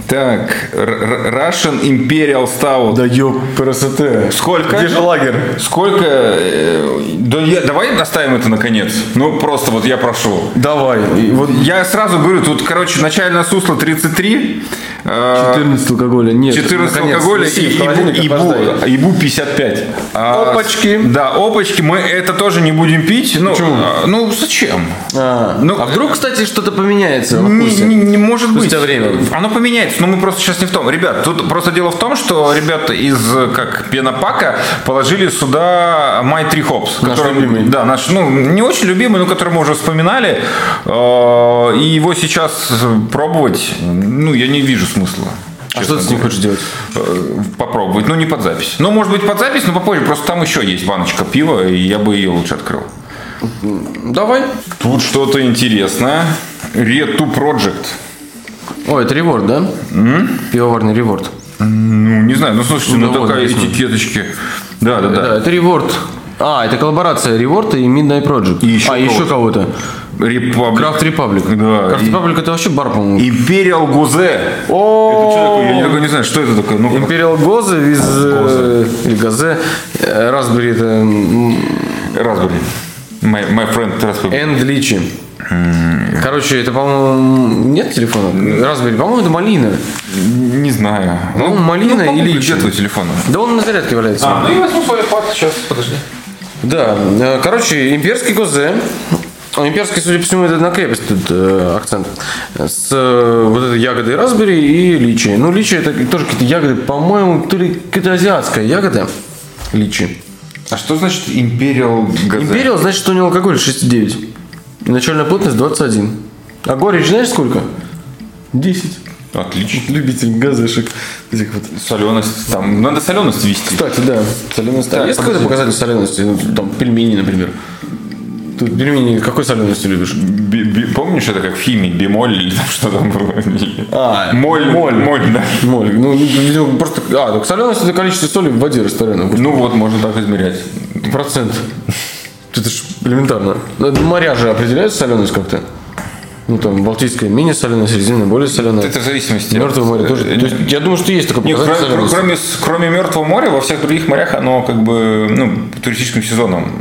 Так, Р- Р- Russian Imperial Stout.
Да ёб красота.
Сколько?
Где же лагерь?
Сколько? э, да я- давай оставим это наконец. Ну, просто вот я прошу.
Давай. И вот
Я сразу говорю, тут, короче, начальное сусло 33, э,
14 алкоголя. Нет,
14
наконец,
алкоголя и,
неси в
и,
холодильник,
бу- и бу-
опоздай.
и бу 55. А,
Опачки.
с- Да, опачки. Мы это тоже не будем пить. Ну, а, ну зачем?
А,
Ну,
а вдруг, кстати, что-то поменяется во
Не,
вкусе?
не- не может быть.
Спустя время.
Оно поменяется. разумеется, но мы просто сейчас не в том. Ребят, тут просто дело в том, что ребята из как пенопака положили сюда My Three Hops.
Наш любимый.
Да, наш, ну, не очень любимый, но который мы уже вспоминали. Э, И его сейчас пробовать, ну, я не вижу смысла.
А что ты с ним хочешь делать?
Э, Попробовать. Ну, не под запись. Ну, может быть, под запись, но попозже. Просто там еще есть баночка пива, и я бы ее лучше открыл.
Давай.
Тут что-то интересное. Рету Project.
Ой, это реворд, да? Пивоварный реворд.
Ну, не знаю, ну слушайте, ну,
Ну, вот,
такая
видите.
этикеточки. Да, да,
Да,
да.
это реворд. А, это коллаборация Реворд и Midnight Project.
И еще
а, еще кого-то.
Republic.
Крафт Репаблик.
Да,
Крафт
и-
Репаблик это вообще бар, по-моему.
Imperial Гузе. Это что такое? Я такой не знаю, что это такое. Ну,
Империал Гозе из... э, Или Газе. Разбери это... м,
Raspberry. My, my friend Raspberry.
Энд Личи. Короче, это, по-моему, нет телефона? Разбери, по-моему, это малина.
Не знаю.
Ну, малина
ну,
или
погугли, где
чё?
твой телефон?
Да он на зарядке валяется.
ну я возьму свой iPad сейчас, подожди.
Да, э, короче, имперский Гозе. А Имперский, судя по всему, это на крепость тут э, акцент. С э, вот этой ягодой разбери и личи. Ну, личи это тоже какие-то ягоды, по-моему, то ли какая-то азиатская ягода. Личи.
А что значит Imperial Газе?
Империал, значит, что у него алкоголь 6,9. И Начальная плотность 21. А горечь знаешь сколько? 10.
Отлично.
Любитель газышек. Этих вот.
Соленость. Там надо соленость вести.
Кстати, да, соленость. А есть какой-то показатель солености? Ну, Там пельмени, например. Ты пельмени какой солености любишь?
Би- би- Помнишь, это как в химии, бемоль или там что там было?
А,
Моль, моль, моль, да.
Моль. Ну, видимо, просто... А, так соленость это количество соли в воде ресторана.
Ну вот, можно так измерять.
Процент. Это ж элементарно. Ну, это Моря же определяют соленость как-то? Ну, там, Балтийская менее соленая, Средиземная более соленая.
Это в зависимости. от-
Мертвое море тоже. То есть, я думаю, что есть такой
Не, кроме,
показатель солености.
кроме, с- кроме Мертвого моря, во всех других морях оно как бы ну, туристическим сезоном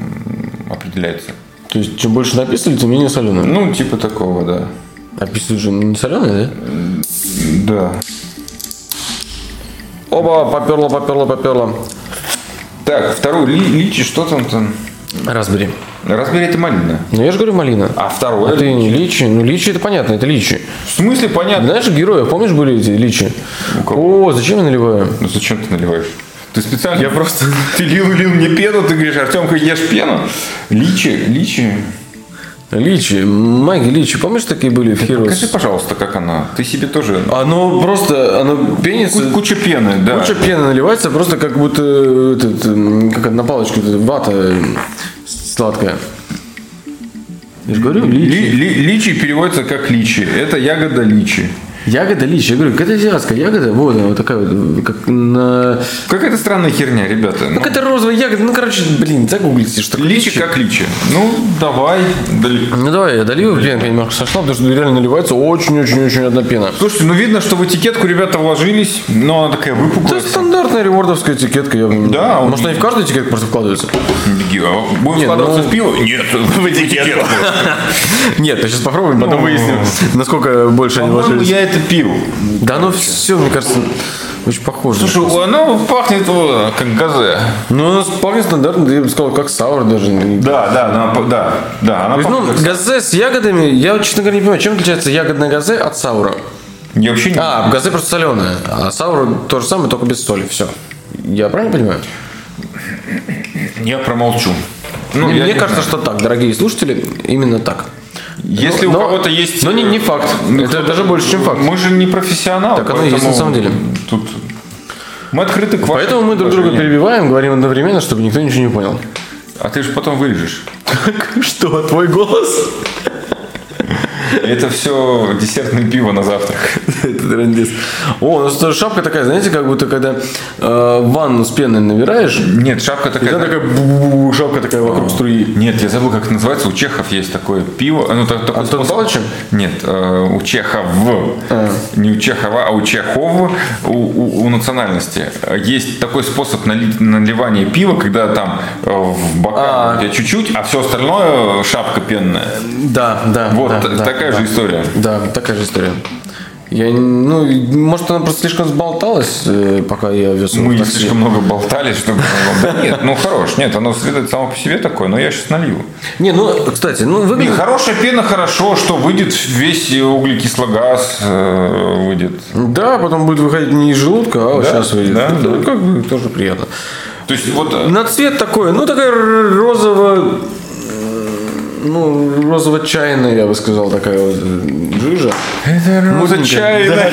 определяется.
То есть, чем больше написали, тем менее соленая.
Ну, типа такого, да.
Описывают же не соленая, да?
Да.
Оба, поперло, поперло, поперло.
Так, второй ли, личи, что там там?
Разбери.
Разбери это малина.
Ну, я же говорю, малина.
А второе?
ты не личи. Ну, личи, это понятно, это личи.
В смысле, понятно.
Знаешь, героев, помнишь, были эти личи?
кого?
О, зачем я наливаю?
Ну зачем ты наливаешь? Ты специально... Я просто... Ты лил, лил мне пену, ты говоришь, Артемка, ешь пену? Личи, личи.
Личи, маги личи, помнишь, такие были в
Скажи,
Heroes?
пожалуйста, как она? Ты себе тоже...
а Оно просто, оно
Ку-
пенится,
Куча пены, да.
куча пены наливается, просто как будто э, этот, м, как на палочку, вот эта вата м, сладкая. Я же говорю,
Ли-
личи.
ли- личи переводится как личи. Это ягода личи.
Ягода личи, я говорю, какая-то азиатская ягода, вот она вот такая вот, как на...
Какая-то странная херня, ребята. Ну,
Какая-то розовая ягода, ну, короче, блин, загуглите, что такое
личи как личи. Ну, давай. дали-
Ну, давай, я долью, пенка немножко сошла, потому что реально наливается очень-очень-очень одна пена.
Слушайте, ну видно, что в этикетку ребята вложились, но она такая
Это
выпуклая.
стандартная ревордовская этикетка, я бы-
Да, он-
Может, они в каждую этикетку просто вкладываются?
А Будем
Не,
складываться
ну-
в пиво? Нет, в этикетку.
Нет, сейчас попробуем, потом
Ну.
выясним, насколько больше они
По-моему,
вложились.
я это пил.
Да оно все, мне кажется, очень похоже.
Слушай, оно пахнет э, как газе.
ну, оно вполне стандартно, я бы сказал, как саур даже. То
Да, да, она по- да, да, она
есть,
пахнет
Ну,
как-
газе с ягодами, я, честно говоря, не понимаю, чем отличается ягодное газе от саура?
Я вообще не...
А, газе просто соленое, а саур то же самое, только без соли, все. Я правильно понимаю?
Я промолчу. Ну,
мне
я
мне
не
кажется,
знаю.
что так, дорогие слушатели, именно так.
Если
Но-
у кого-то есть...
но не- не факт.
Ну,
Это
кто-то-
даже больше, чем факт.
Мы же не профессионалы.
Так оно и есть
поэтому
на самом деле.
Тут... Мы открыты к вашим
Поэтому мы друг друга
предложениям.
перебиваем, говорим одновременно, чтобы никто ничего не понял.
А ты же потом вырежешь.
Что, твой голос?
Это все десертное пиво на завтрак.
Это трендец. О, у нас тоже шапка такая, знаете, как будто когда э, ванну с пеной набираешь, и
Нет, шапка
там
такая...
такая бу-бу-бу, шапка такая вокруг струи.
Нет, я забыл, как это называется. У чехов есть такое пиво. Ну, так- такой
Антон
способ-
Павлович?
Нет, э, у чехов. Не у чехова, а у чехов. У, у- у национальности. э, Есть такой способ нали- наливания пива, когда там э, в бокал у тебя чуть-чуть, а все остальное э, шапка пенная.
Да, да.
Вот,
да,
та-
да,
такая
да.
же история.
Да, такая же история. И Я, ну, может, она просто слишком сболталась, э, пока я вез её в
Мы не
такси.
слишком много болтали, чтобы... Да нет, ну хорош, нет, оно следует само по себе такое, но я сейчас налью.
Не, ну, кстати, ну,
И
выглядит...
хорошая пена, хорошо, что выйдет весь углекислогаз, э, выйдет.
Да, потом будет выходить не из желудка, а вот
Да,
сейчас выйдет.
да,
Ну, как бы тоже приятно.
То есть вот... э,
На цвет такой, ну, такая р- розово... Ну, розово-чайная, я бы сказал, такая вот э, жижа.
Муза чайная.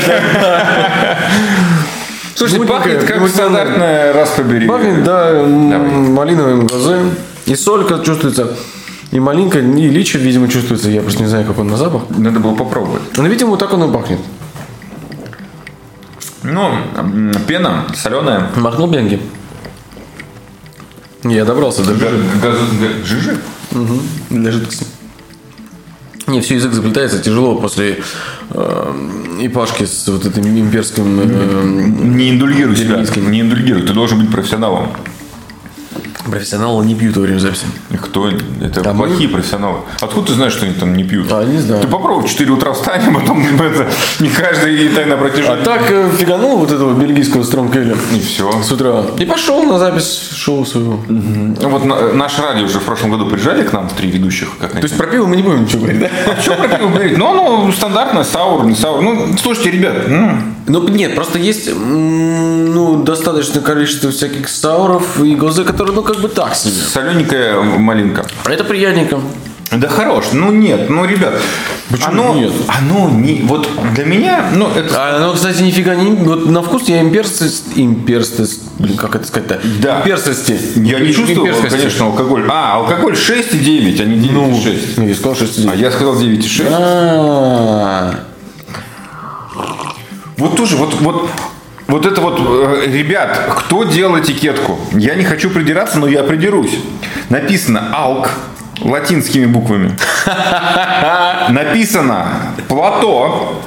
Слушай,
Мутненькая,
пахнет как
мутненькая.
стандартная, раз побери.
Пахнет, да, м,
Давай.
малиновым газом. И солька чувствуется. И малинка, и лича, видимо, чувствуется. Я просто не знаю, как он на запах.
Надо было попробовать.
Но, видимо, вот так он и пахнет.
Ну, м, пена соленая.
Махнул Бенги. Я добрался до жижи.
Жижи?
Для жидкости. Не, все язык заплетается тяжело после э, ипашки с вот этим имперским... э,
Не индульгируй себя.
Бельгийский.
Не индульгируй. Ты должен быть профессионалом.
профессионалы не пьют во время записи.
И Кто? Это
А мы-
плохие профессионалы. Откуда ты знаешь, что они там не пьют?
А, не знаю.
Ты попробуй в 4 утра встань, а потом это, не каждый и так на протяжении.
А так э, фиганул вот этого бельгийского стромкеля
И все.
с утра. И пошел на запись шоу своего.
Вот на- наш радио уже в прошлом году приезжали к нам в три ведущих. Как
То есть про пиво мы не будем ничего говорить, да?
что про пиво говорить? Ну, оно стандартное, саур, не саур. Ну, слушайте, ребят, м,
Ну, нет, просто есть м, ну, достаточное количество всяких сауров и гозы, которые, ну, как бы так себе.
солененькая малинка.
А это приятненько.
Да хорош, ну нет, ну ребят,
Почему
оно,
нет?
оно не, вот для меня, ну это,
А оно, кстати, нифига не... Вот на вкус я имперстость... Имперстость... Блин, как это сказать-то?
Да.
Имперстости.
я не
Им-
чувствовал,
имперскости.
конечно, алкоголь. А, алкоголь 6,9, а не 9,6.
Ну, я сказал, что
А я сказал 9,6.
А,
Вот тоже, вот, вот, вот это вот, э, ребят, кто делал этикетку? Я не хочу придираться, но я придерусь. Написано «алк» латинскими буквами. Написано «плато»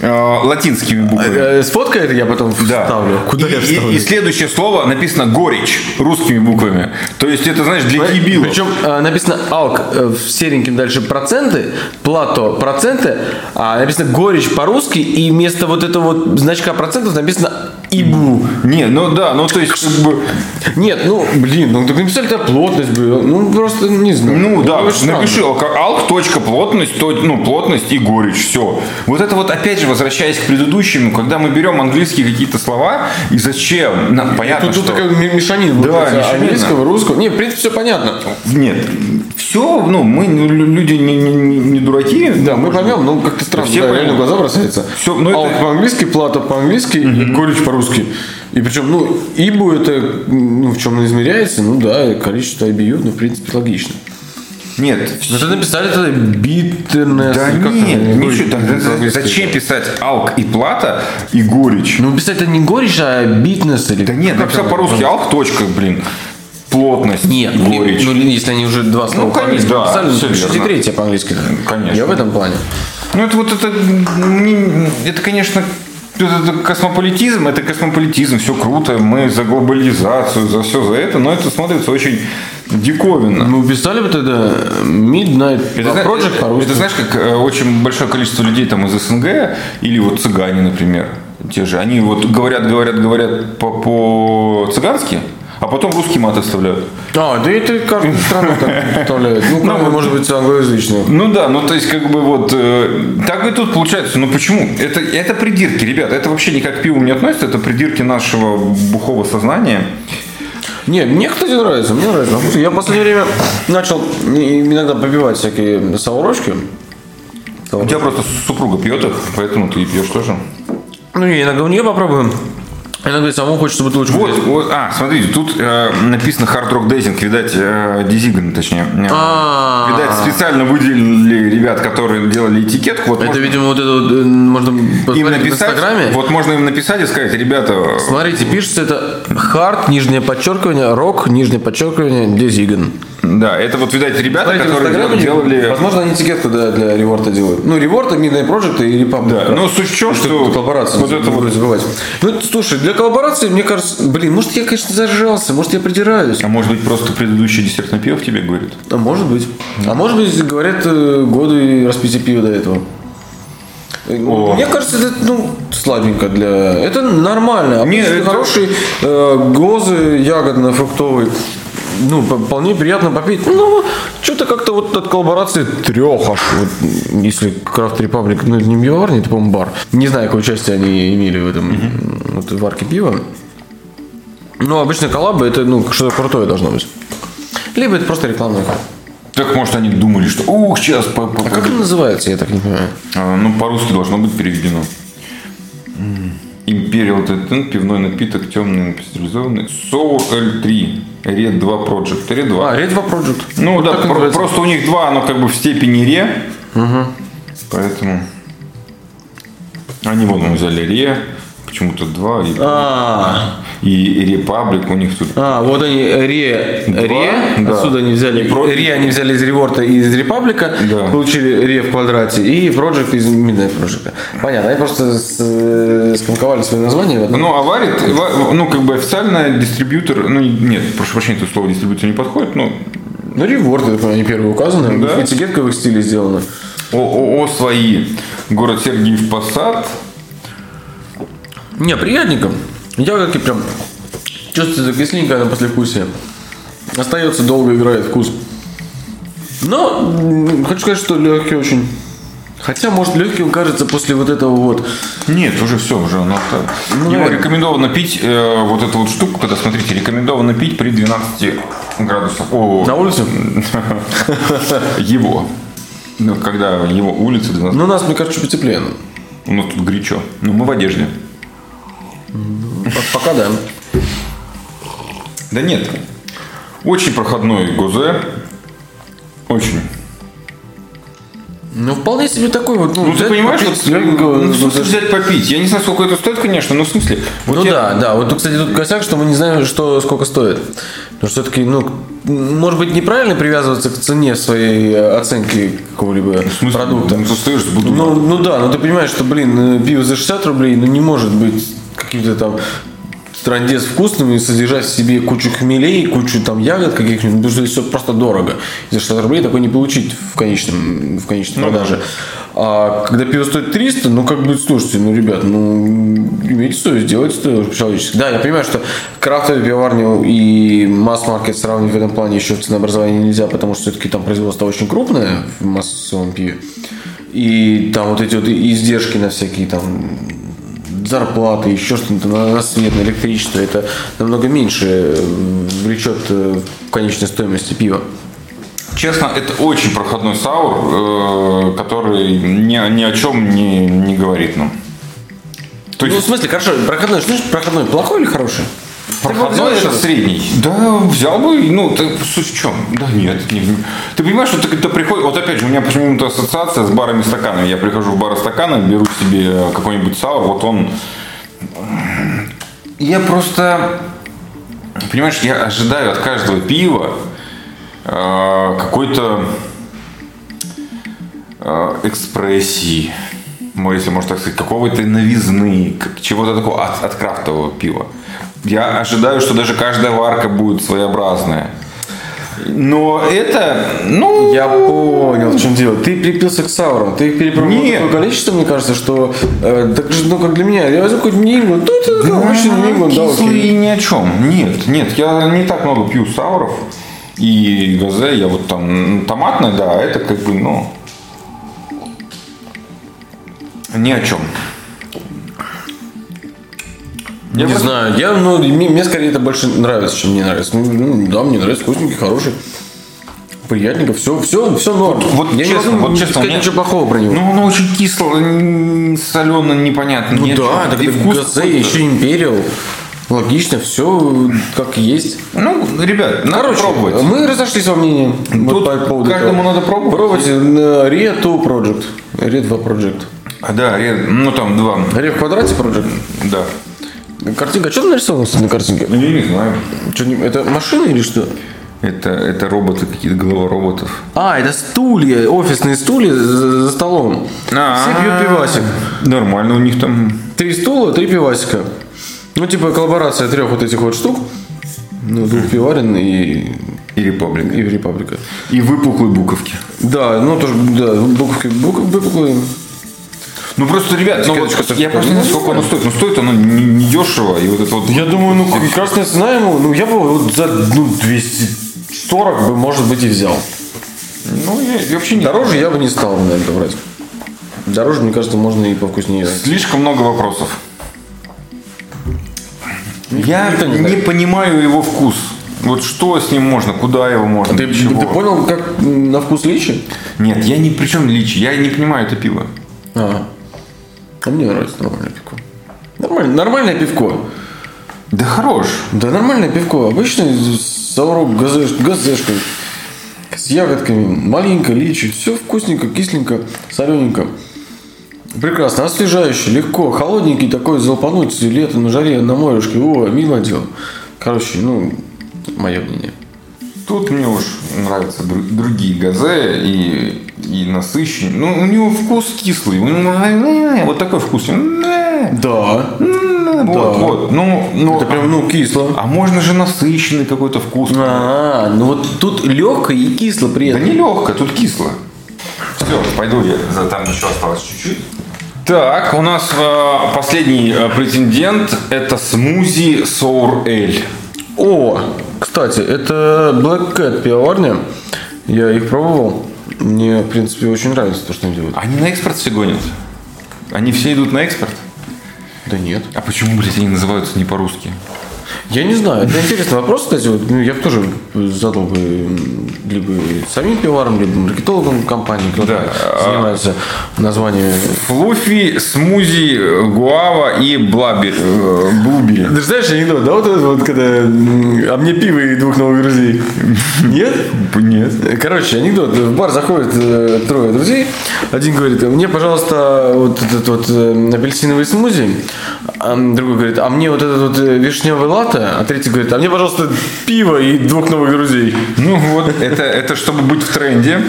э, латинскими буквами.
э, Сфоткай это я потом
Да.
вставлю. Куда
и,
я
и-
вставлю?
и следующее слово написано «горечь» русскими буквами. То есть это, знаешь, для дебилов.
Причем э, написано алк э, в сереньким дальше проценты, плато проценты, а написано горечь по-русски, и вместо вот этого вот значка процентов написано ибу.
Не, ну да, ну то есть как бы,
Нет, ну блин, ну так написали то плотность бы. Ну просто не знаю.
ну да,
очень странно.
напиши алка- алк, точка, плотность, то- ну плотность и горечь, все. Вот это вот опять же, возвращаясь к предыдущему, когда мы берем английские какие-то слова, и зачем? Нам понятно,
Тут, тут
что...
такая ми- А мешанина.
Да,
получается,
мешанина.
Английского, русского. Не, в принципе, все понятно.
Нет, все, ну мы лю- люди не, не- не- не дураки.
Да, мы поймем, ну как-то странно,
все
да,
поймут.
реально в глаза бросается.
Всё, ну,
Алк
это-
по-английски, плата по-английски, и горечь по-русски. И причем, ну, ибу это, ну, в чем она измеряется, ну да, количество IBU, ну, в принципе, логично.
Нет,
Но Ну, это написали тогда bitterness.
да
или как
нет,
там,
ничего,
горечь
так, да, да,
по-английски.
зачем писать алк и плата и горечь?
Ну, писать это не горечь, а битнес или...
Да нет,
как
написал
оно?
по-русски алк, точка, блин, плотность,
Нет,
горечь.
ну, если они уже два слова по-английски
конечно, да,
написали, ну,
всё верно.
63 типа по-английски.
Конечно.
Я в этом плане.
Ну, это вот это, мне- это конечно, это, это космополитизм, это космополитизм, все круто, мы за глобализацию, за все за это, но это смотрится очень диковинно.
Ну, писали бы тогда Midnight
Это, зна-
Project по-русски.
это знаешь, как э, очень большое количество людей там из СНГ или вот цыгане, например, те же, они вот говорят, говорят, говорят по- по-цыгански, а потом русский мат оставляют.
А, да это каждую страну так представляет. Ну, кроме, может быть, англоязычных.
Ну да, ну то есть как бы вот э, так и тут получается. Ну почему? Это, это придирки, ребят. Это вообще никак к пиву не относится. Это придирки нашего бухого сознания.
Не, мне, кстати, нравится, мне нравится. на вкус. Я в последнее время начал и- иногда попивать всякие саурочки.
У тебя просто супруга пьет их, поэтому ты и пьешь тоже.
Ну, я иногда у нее попробую. Иногда и самому хочется бутылочку
Вот,
взять.
вот, а, смотрите, тут э, написано Hard Rock Dazing, видать, э, Дизиган, точнее. Э,
А.
Видать, специально выделили ребят, которые делали этикетку. Вот
Это,
можно
видимо, вот это вот, э, можно
им
посмотреть в
написать,
Инстаграме.
вот можно им написать и сказать, ребята,
Смотрите, пишется это hard, нижнее подчеркивание, рок, нижнее подчеркивание, дезиган.
да, это вот, видать, ребята, которые делали...
Возможно, они этикетку да, для реворта делают. Ну, реворта, Midnight Project и Republic.
Да, но суть в чем, что
коллаборации.
вот это вот
забывать. Ну, слушай, для коллаборации, мне кажется, блин, может, я, конечно, зажался, может, я придираюсь.
А может быть, просто предыдущий десертное пиво в тебе говорит?
А может быть. А может быть, говорят, э, годы распития пива до этого.
О.
Мне кажется, это ну, слабенько для... Это нормально. А
Не,
если
это-
хороший э, глозы ягодно-фруктовый. Ну, по- вполне приятно попить. Ну, что-то как-то вот от коллаборации трех аж. Вот, если Крафт Репаблик, ну, это не пивоварня, это, по-моему, бар. Не знаю, какое участие они имели в этом м, вот, варке пива. Но обычно коллабы это, ну, что-то крутое должно быть. Либо это просто рекламная. хуйня.
Так, может, они думали, что ух, сейчас... по- по-
А как она называется, я так не понимаю.
А, Ну, по-русски должно быть переведено. М. Imperial Тетен, пивной напиток, темный пастеризованный. Soul L3, Red 2 Project, Red 2.
А, Red 2 Project.
ну
Вот
да,
так
про-
называется.
просто у них два, оно как бы в степени ре. Поэтому они вон мы взяли ре, почему-то два, и,
А,
и Republic у них тут.
а, вот они ре,
Два,
ре,
да.
отсюда они взяли,
И про-
ре они взяли из реворта и из репаблика,
Да.
получили ре в квадрате, и project из Midnight Project. Понятно, они просто с- э, скомковали свои названия в одном.
Ну, а варит, ва- ну, как бы официально дистрибьютор, ну, нет, прошу прощения, тут слово дистрибьютор не подходит, но
Ну, реворт, я понимаю, они первые указаны,
Да.
этикетка в их стиле сделана.
ООО «Свои», город Сергиев Посад.
Не, приятненько. Ягодки прям чувствуется кисленькая на послевкусие. Остается долго играет вкус. Но м, хочу сказать, что легкий очень. Хотя, может, легким кажется после вот этого вот.
Нет, уже все, уже оно так. Его
наверное.
рекомендовано пить, э, вот эту вот штуку, когда, смотрите, рекомендовано пить при 12 градусах. О,
На улице?
его. Ну, когда его улица 12.
Но Ну, у нас, мне кажется, чуть потеплее.
У нас тут горячо. Ну, мы в одежде.
По- Пока да.
Да нет. Очень проходной Гозе. Очень.
Ну, вполне себе такой вот.
Ну, ты
взять,
понимаешь,
попить
вот, ну, в смысле,
легенького-
взять попить. Я не знаю, сколько это стоит, конечно, но в смысле... вот
ну
я-
да, да. Вот, тут, кстати, тут косяк, что мы не знаем, что сколько стоит. Потому что все-таки, ну, может быть, неправильно привязываться к цене своей э, оценки какого-либо
В смысле,
продукта.
Ну, ты стоишь с бутылкой.
Ну, ну да, но ты понимаешь, что, блин, э, пиво за 60 рублей, ну не может быть каким-то там трандец вкусным и содержать в себе кучу хмелей, кучу там ягод каких-нибудь, потому что все просто дорого. И За 60 рублей такое не получить в конечном, в конечной продаже. А когда пиво стоит 300, ну как бы, слушайте, ну, ребят, ну, имейте совесть, делайте это по-человечески. Да, я понимаю, что крафтовую пивоварню и масс-маркет сравнивать в этом плане еще в ценообразовании нельзя, потому что все-таки там производство очень крупное в массовом пиве. И там вот эти вот и- издержки на всякие там зарплаты, еще что-то, на на свет, на электричество, это намного меньше э, влечет э, в конечной стоимости пива.
Честно, это очень проходной саур, э, который ни, ни о чем не, не говорит нам. То
Ну, в
есть
смысле, хорошо, проходной, что значит проходной, плохой или хороший?
проходной это средний. Да, взял бы, ну, ты, слушай, в чем? Да нет. не- Ты понимаешь, что ты, когда приходишь, вот опять же, у меня почему-то ассоциация с барами и стаканами. Я прихожу в бары стаканы, беру себе какой-нибудь саур, вот он... Я просто... Понимаешь, я ожидаю от каждого пива э, какой-то э, экспрессии, ну, если можно так сказать, какого-то новизны, как- чего-то такого от, от крафтового пива. Я ожидаю, что даже каждая варка будет своеобразная. Но это, ну,
Я понял, в чем дело. Ты припился к саурам, ты их перепробовал
Нет.
такое количество, мне кажется, что э, так же, ну как для меня, я возьму какой-то Нью-Ингланд, ну это такой обычный Нью-Ингланд, да,
кислый
окей.
и ни о чем. Нет, нет, я не так много пью сауров и газе, я вот там ну, томатный, да, а это как бы, ну, ни о чем. Я
не
просто-
знаю, я, ну, мне, мне скорее это больше нравится, чем мне нравится. Ну, ну, да, мне нравится, вкусненький, хороший. Приятненько, все, все, все норм.
вот
я
честно,
не могу
вот честно,
сказать
у меня-
ничего плохого про него.
Ну, оно очень кисло, м, солено, непонятно.
Ну
ни о
да,
чем.
так
И
это
вкус
ГЗ,
какой-то.
еще империал. Логично, все как есть.
Ну, ребят, надо
Короче,
пробовать.
мы разошлись во мнении.
Тут каждому надо пробовать.
Пробуйте Re 2 э, Project. Re 2 Project.
А, Да, ре- ну там два,
Re в квадрате Project.
да.
Картинка, а что ты нарисовал кстати, на картинке?
я не знаю.
Чё, не- это машина или что?
Это, это роботы какие-то, голова роботов.
А, это стулья, офисные стулья за, за столом. Все пьют пивасик.
Нормально у них там.
Три стула, три пивасика. Ну, типа коллаборация трех вот этих вот штук. Ну, двух пиварен и,
И Репаблик.
и Репаблика.
И выпуклые буковки.
Да, ну тоже, да, буковки, бук- выпуклые.
Ну просто, ребят, ну вот,
Секундочку,
я просто не знаю, сколько оно стоит. Ну стоит оно не- недешево. И вот это вот.
Я думаю, ну, как- красное цена ему, ну, я бы вот за ну, 240 бы, может быть, и взял.
Ну, я, я вообще не
Дороже я бы не стал, наверное, брать. Дороже, мне кажется, можно и повкуснее.
Слишком много вопросов. Я
Никто не
не,
знает.
понимаю его вкус. Вот что с ним можно, куда его можно,
Ты,
чего?
ты понял, как м, на вкус личи?
Нет, я ни при чем личи, я не понимаю это пиво.
А. А мне нравится нормальное пивко. Нормально, нормальное пивко.
Да хорош.
Да нормальное пивко. Обычный саурок газеш, газешка. С ягодками, маленько, личи. Все вкусненько, кисленько, солененько. Прекрасно, освежающе, легко. Холодненький такой залпануть летом на жаре, на морюшке. О, мило дело. Короче, ну, мое мнение.
Тут мне уж нравятся дру- другие газе и, и насыщенные. Ну, у него вкус кислый. Ну, Вот такой вкус. Вот,
Да.
э, вот. Ну, ну,
Это прям, ну, кисло.
А можно же насыщенный какой-то вкус.
А, ну вот тут легко и кисло при
Да
этом.
не легко, тут кисло. Все, пойду я, за там еще осталось чуть-чуть. Так, у нас э, последний э, претендент это смузи Соур Эль.
О, кстати, это Black Cat пивоварня. Я их пробовал. Мне, в принципе, очень нравится то, что они делают.
Они на экспорт все гонят. Они все идут на экспорт.
Да нет.
А почему, блядь, они называются не по-русски?
Я не знаю. Это интересный вопрос, кстати. Вот, ну, я бы тоже задал бы м, либо самим пиварам, либо маркетологам компании, кто
Да, а-
занимается названием.
Флуфи, смузи, гуава и блабер, э, блубери.
Ты знаешь анекдот, да, вот этот вот, когда «А мне пиво и двух новых друзей». Нет?
Нет.
Короче, анекдот. В бар заходит э, трое друзей. Один говорит, мне, пожалуйста, вот этот вот э, апельсиновый смузи. А другой говорит, а мне вот этот вот э, вишневый латте. А третий говорит, а мне, пожалуйста, пиво и двух новых друзей.
Ну вот, это, это чтобы быть в тренде,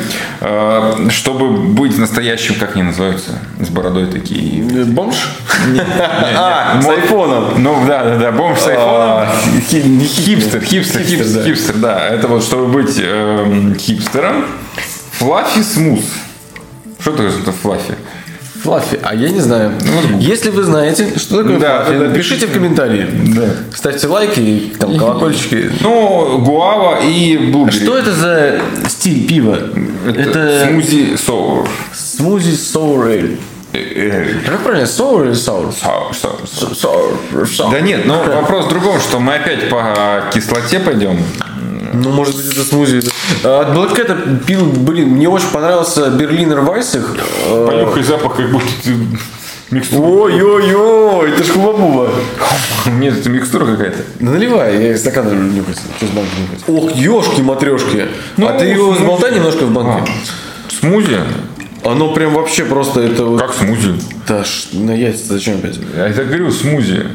э, чтобы быть настоящим, как они называются, с бородой такие.
Э, Бомж? А, с
Мод-
айфоном.
Ну да, да, да, бомж с айфоном.
А, хи- не
Хипстер, хипстер, хипстер,
да.
хипстер, да. Это вот чтобы быть эм, хипстером. Флаффи смус. Что такое что-то флаффи?
Флаффи, а я не знаю. Если вы знаете, что такое
Да,
флаффи,
да,
пишите в комментарии. Ставьте лайки и там колокольчики.
Ну, гуава и блубери.
А Что это за стиль пива?
Это,
Это
смузи соур.
смузи sour ale.
Э, э,
Как правильно, sour или sour?
соур, соур, соур.
Sour, sour.
Да нет, но вопрос в другом, что мы опять по кислоте пойдем.
Ну, может быть, это смузи. А, От Black Cat пил, блин, мне очень понравился Берлинер Вайс их. Э,
Понюхай запах, как будто ты микстура.
Ой-ой-ой, это ж хуба
Нет, это микстура какая-то.
Ну, наливай, я из стакана люблю нюхать. Что с банки нюхать? Ох, ешки матрешки А ты его
смузи.
сболтай немножко в
А,
банке.
Смузи?
Оно прям вообще просто это вот...
Как смузи?
а. Да, ш- на яйца зачем опять?
Я это говорю, смузи.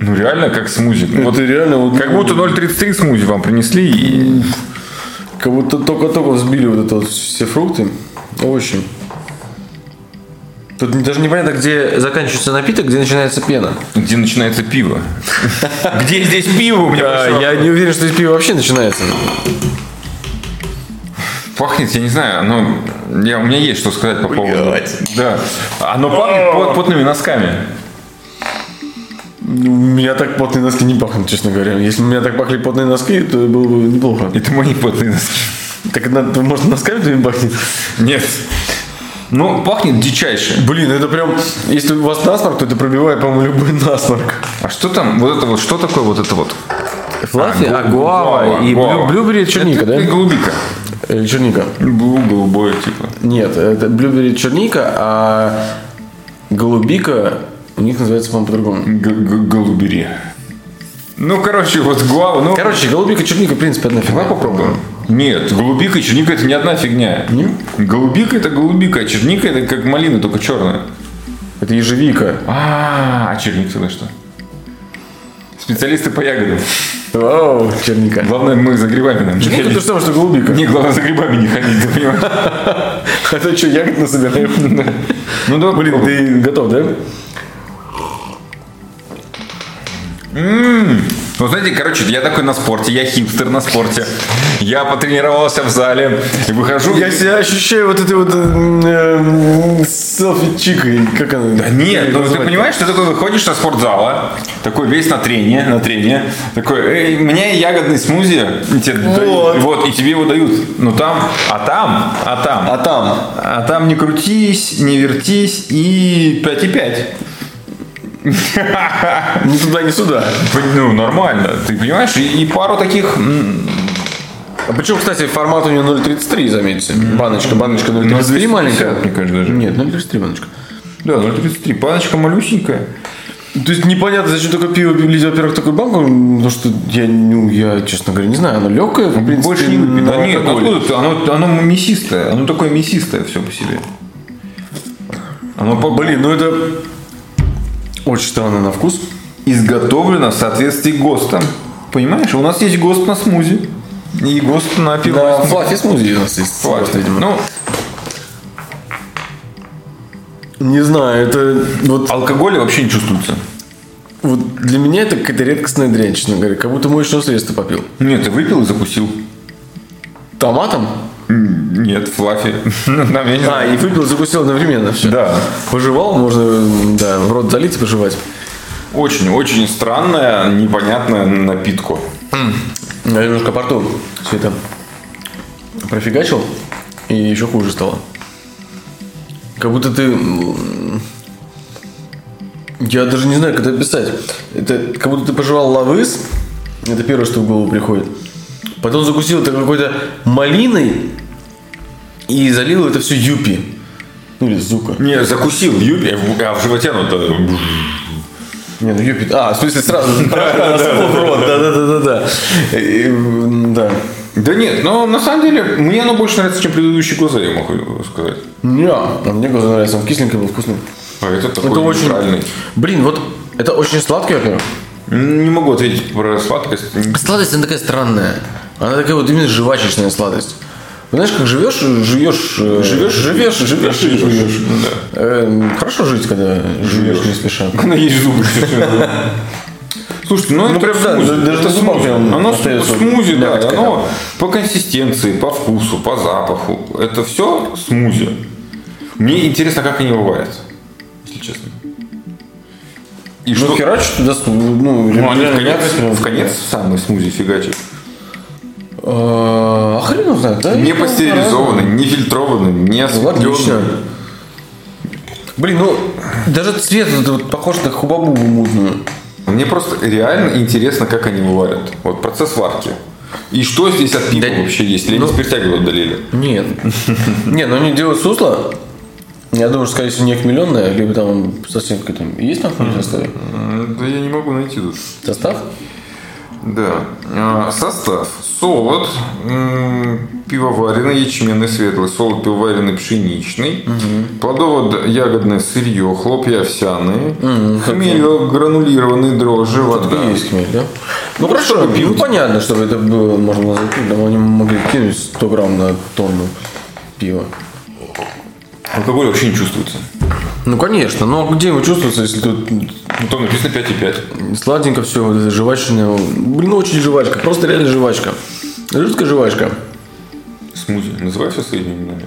Ну реально как смузи. Вот
ты реально вот...
как будто 0,33 смузи вам принесли и...
Как будто только-только взбили вот это вот все фрукты, овощи. Тут даже непонятно, где заканчивается напиток, где начинается пена.
Где начинается пиво? Где здесь пиво у меня? большой
А, я не уверен, что здесь пиво вообще начинается.
Пахнет, я не знаю, оно... Я, у меня есть что сказать по поводу... Да. Оно пахнет пот- потными носками.
у меня так потные носки не пахнут, честно говоря. Если бы у меня так пахли потные носки, то было бы неплохо.
Это мои потные носки.
Так, надо- может, носками твоими пахнет?
Нет. Ну, пахнет дичайше.
Блин, это прям... Если у вас насморк, то это пробивает, по-моему, любой насморк.
А что там, вот это вот, что такое вот это вот?
Флаффи,
А, гу- гуава,
и
гуава.
блю- блюбери черника,
Это
да?
и голубика.
Или черника.
Блу, голубое, типа.
Нет, это блюбери черника, а голубика у них называется, по-моему, по-другому.
Г- г- Голубери. Ну, короче, вот гуава, ну...
Короче, голубика черника, в принципе, одна фигня.
Давай попробуем. Нет, голубика и черника это не одна фигня. Голубика это голубика, а черника это как малина, только черная.
Это ежевика.
А, а черника тогда что? Специалисты по ягодам.
Вау, черника.
Главное, мы за грибами нам не
Ну, это то
ходить.
же самое, что голубика.
Не, главное, за грибами не ходить, ты понимаешь?
А то что, ягод насобираем?
Ну да,
Блин, ты готов, да?
Ну, знаете, короче, я такой на спорте, я хипстер на спорте. Я потренировался в зале, и выхожу...
Я себя ощущаю вот этой вот э, э, селфи-чикой. Как она?
Да нет, ну ты
назвать-то?
понимаешь, ты такой выходишь со спортзала, такой весь на трене, на трене, такой, «Эй, мне ягодный смузи, и тебе
Вот.
дают, вот, и тебе его дают. Ну там, а там, а там,
А
а,
там?
там не крутись, не вертись, и 5,5.
Ни туда, ни сюда.
Ну, нормально, ты понимаешь, и, и пару таких... м,
А Причем, кстати, формат у нее 0.33, заметьте. Баночка, баночка 0.33
0,250,
маленькая.
мне кажется, даже.
Нет, 0.33 баночка.
Да, 0,33, баночка малюсенькая.
Ну, То есть непонятно, зачем только пиво лить, во-первых, такую банку, потому что я, ну, я, честно говоря, не знаю, оно легкое, в принципе,
Больше не выпить.
на
Да нет,
алкоголь.
откуда ты? Оно, оно мясистое. Оно такое мясистое все по себе. Оно по-
Блин, ну это очень странно на вкус.
изготовлено в соответствии ГОСТом. Понимаешь? У нас есть ГОСТ на смузи. И ГОСТ на пиво.
На флафе смузи у нас есть.
Флаг.
вот, видимо.
Ну,
Не знаю, это вот,
алкоголя вообще не чувствуется.
вот для меня это какая-то редкостная дрянь, честно говоря. Как будто моечное средство попил.
Ну, Нет, ты выпил и закусил.
Томатом?
М, Нет, флафи. Ну, там, я не
А,
знаю.
и выпил, и закусил одновременно все.
Да.
Пожевал, можно, да, в рот залить и пожевать.
Очень-очень странная, непонятная напитку.
Я немножко по рту все это профигачил, и еще хуже стало. Как будто ты... м, Я даже не знаю, как это описать. Это как будто ты пожевал лавыс, это первое, что в голову приходит. Потом закусил это какой-то малиной и залил это все юпи. Ну или зука.
Не, закусил. Юпи, а в животе оно... то-
Не, ну юпи... А, в смысле сразу. Да-да-да-да-да. Да.
Да нет, но на самом деле мне оно больше нравится, чем предыдущие глаза, я могу сказать.
Не, а мне глаза нравится, он кисленький был вкусный.
А это такой
Это очень...
нейтральный.
Блин, вот это очень сладкий, во-первых.
М, Не могу ответить про сладкость.
Сладость, она такая странная. Она такая вот именно жвачечная сладость. Знаешь, как живешь, живешь, э, живешь, живешь, живешь, и живешь. Эм, Хорошо жить, когда живешь не спеша.
Она есть зубы. Слушайте, ну, это
прям, да,
смузи.
да, даже
это
на зубах
смузи.
прям
Оно с-
остается
смузи, да.
мякоть какая-то.
Оно по консистенции, по вкусу, по запаху. Это все смузи. Мне интересно, как они бывают, если честно. И
Ну,
что?
херач туда, с- ну,
Ну, они в
реально
конец,
мякоть прям.
в конец самые смузи фигачат.
Э, А хрен его знает, да?
Не
я помню,
пастеризованы, не фильтрованы, не
Отлично.
осветлены.
Блин, ну, даже цвет вот, вот похож на хубабубу мутную.
Мне просто реально интересно, как они варят. Вот процесс варки. И что здесь от пива вообще есть? Или они спиртягу удалили?
Нет. Не, ну они делают сусло. Я думаю, что, скорее всего, не миллионная, либо там совсем какой-то... Есть там какой-нибудь состав?
Да я не могу найти тут.
Состав?
Да. А, Состав. Солод, м, пивоваренный, ячменный, светлый. Солод пивоваренный, пшеничный. Плодово-ягодное сырье, хлопья овсяные. Хмель, гранулированные дрожжи, вода.
Есть хмель, да? Ну, хорошо, ну, понятно, чтобы это было, можно было закрыть, там они могли кинуть 100 грамм на тонну пива.
Алкоголь вообще не чувствуется.
Ну, конечно, но где его чувствуется, если тут
Ну, там написано 5,5.
сладенько все, вот это жвачное. Блин, очень жвачка, просто реально жвачка. Жуткая жвачка.
Смузи. Называй все своими именами.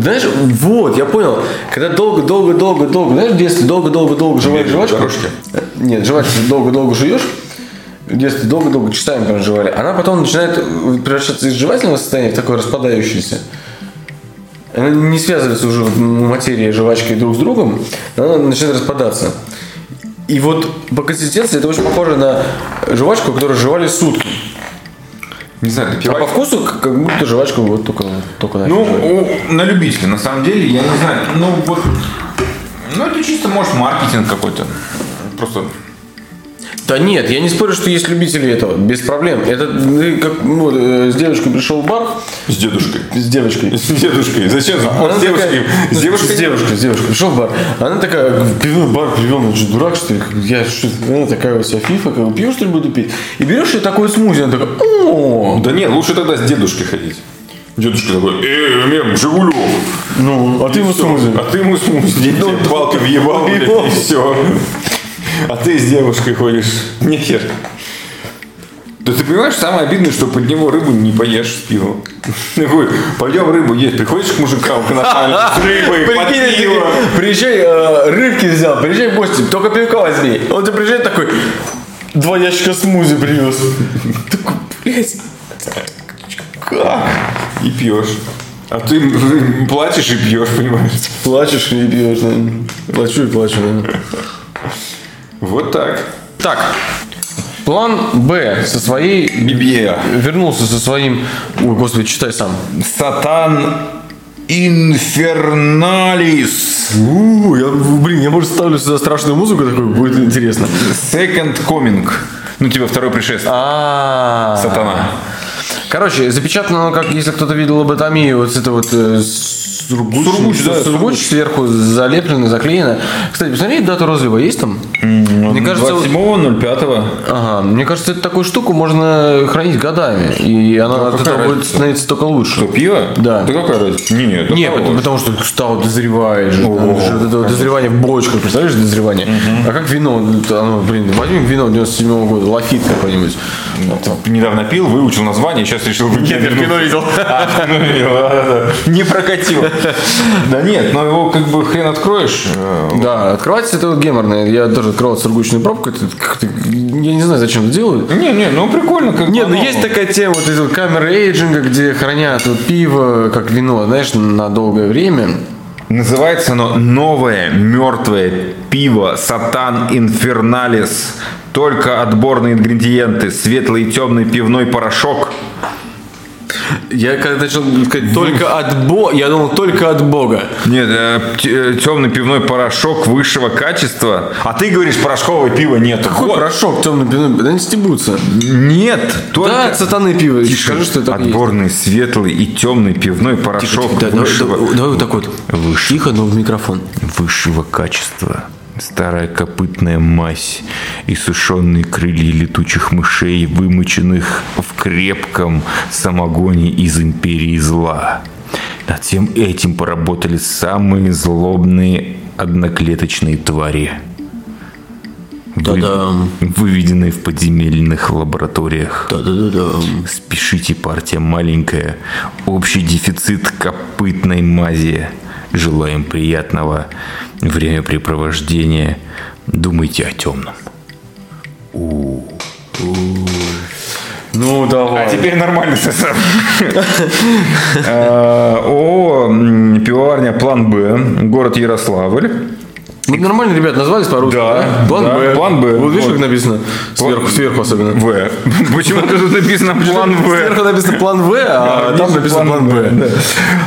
Знаешь, вот, я понял, когда долго-долго-долго-долго, знаешь, в детстве долго-долго-долго жеваешь
Медвежьи
жвачку.
дорожки.
Э, Нет, жвачку долго-долго жуешь, в детстве долго-долго часами прям жевали. Она потом начинает э, превращаться из жевательного состояния в такое распадающееся. Она не связывается уже вот м, материя жвачки друг с другом, она начинает распадаться. И вот по консистенции это очень похоже на жвачку, которую жевали сутки.
Не знаю, ты
А
пивай.
по вкусу как- как будто жвачку вот только, только начали
Ну,
жевать.
у- на любителя, на самом деле, я не знаю. Ну, вот, ну, это чисто, может, маркетинг какой-то. Просто
Да нет, я не спорю, что есть любители этого, без проблем. Это ты как ну, э, с девушкой пришел в бар,
с дедушкой.
с девочкой.
С дедушкой. Зачем?
А Она
с девушкой.
такая- ну,
С девушкой.
С девушкой, с девушкой. Пришел в бар. Она такая, в пивной бар привел, ну что, дурак, что ли? Я, что, она такая вот вся фифа, как бы, пьешь, что ли, буду пить? И берешь ей такой смузи, она такая, о,
Да нет, лучше тогда с дедушкой ходить. Дедушка такой, эй, мем, Жигулев.
ну, а ты ему смузи.
А ты ему смузи, ну, палка въебал, блядь,
въебал.
и все. А ты с девушкой ходишь. Нехер. Да ты понимаешь, самое обидное, что под него рыбу не поешь с пивом. Такой, пойдем рыбу есть. Приходишь к мужикам, к нормальным, с рыбой, под
Прикинь,
пиво.
такие, приезжай, э, рыбки взял, приезжай в гости, только пивка возьми. Он тебе приезжает такой, два ящика смузи привез. Такой, блядь, как?
И пьешь. А ты м, платишь и пьешь, понимаешь?
Плачешь и пьешь, наверное. Плачу и плачу, наверное.
Вот так.
Так, план Б со своей...
Бибье.
Вернулся со своим... Ой, господи, читай сам.
Сатан Инферналис.
У, я, блин, я, может, ставлю сюда страшную музыку, такой будет интересно.
Second Coming. Ну, типа второй пришествие.
А,
Сатана.
Короче, запечатано, как если кто-то видел лоботомию, вот это вот э, сургуч,
Сургуч, да,
сургуч
сургуч.
сверху залеплено, заклеено. Кстати, посмотри, дату разлива есть там?
Ну,
Мне кажется, вот-
27.05.
ага, мне кажется, это такую штуку можно хранить годами, и
Ну,
она от
какая
этого будет
разница?
становиться только
Что,
лучше.
пиво?
Да.
Да какая разница? Нет,
Не, потому, потому что стал дозревает же. там
О,
же вот это вот дозревание в бочку, представляешь, дозревание. А как вино, оно, блин, возьмем вино 97 -го года, лафит какой-нибудь.
Недавно пил, выучил название, сейчас решил... А, ну, Нет,
видел.
Не прокатил. Да нет, но его как бы хрен откроешь. э,
Да, открывать это вот геморно. Я тоже открывал сургучную пробку. это как-то- я не знаю, зачем это делают.
Не, не, ну прикольно. Как
Нет, ну
по-новому.
есть такая тема, вот эти вот камеры эйджинга, где хранят вот пиво, как вино, знаешь, на долгое время.
Называется оно «Новое мертвое пиво Сатан Инферналис». Только отборные ингредиенты, светлый и темный пивной порошок.
Я когда начал сказать, только от Бога, я думал, только от Бога.
Нет, э, темный пивной порошок высшего качества. А ты говоришь, порошкового пива нет.
А Какой порошок темный пиво, да не стебутся.
Нет, только...
Да, от сатаны пиво,
Тише.
скажи, что это так и есть.
Отборный, светлый и темный пивной порошок
Да, давай,
высшего...
давай- давай вот так вот. Тихо, но в микрофон.
высшего качества. Старая копытная мазь и сушеные крылья летучих мышей, вымоченных в крепком самогоне из империи зла. Над всем этим поработали самые злобные одноклеточные твари, вы-
Та-дам.
выведенные в подземельных лабораториях. Спешите, партия маленькая. Общий дефицит копытной мази. Желаем приятного времяпрепровождения. Думайте о темном.
Ну,
А
давай.
теперь нормальный состав. Э, О, м, пивоварня «План Б», город Ярославль.
Ну, нормально, ребят, назвались по-русски,
Да,
План
да,
Б.
план Б,
Вот видишь,
вот.
как написано? Сверху, сверху особенно.
В. Почему тут написано «План В»?
Сверху написано план В, а там написано план Б.
Да.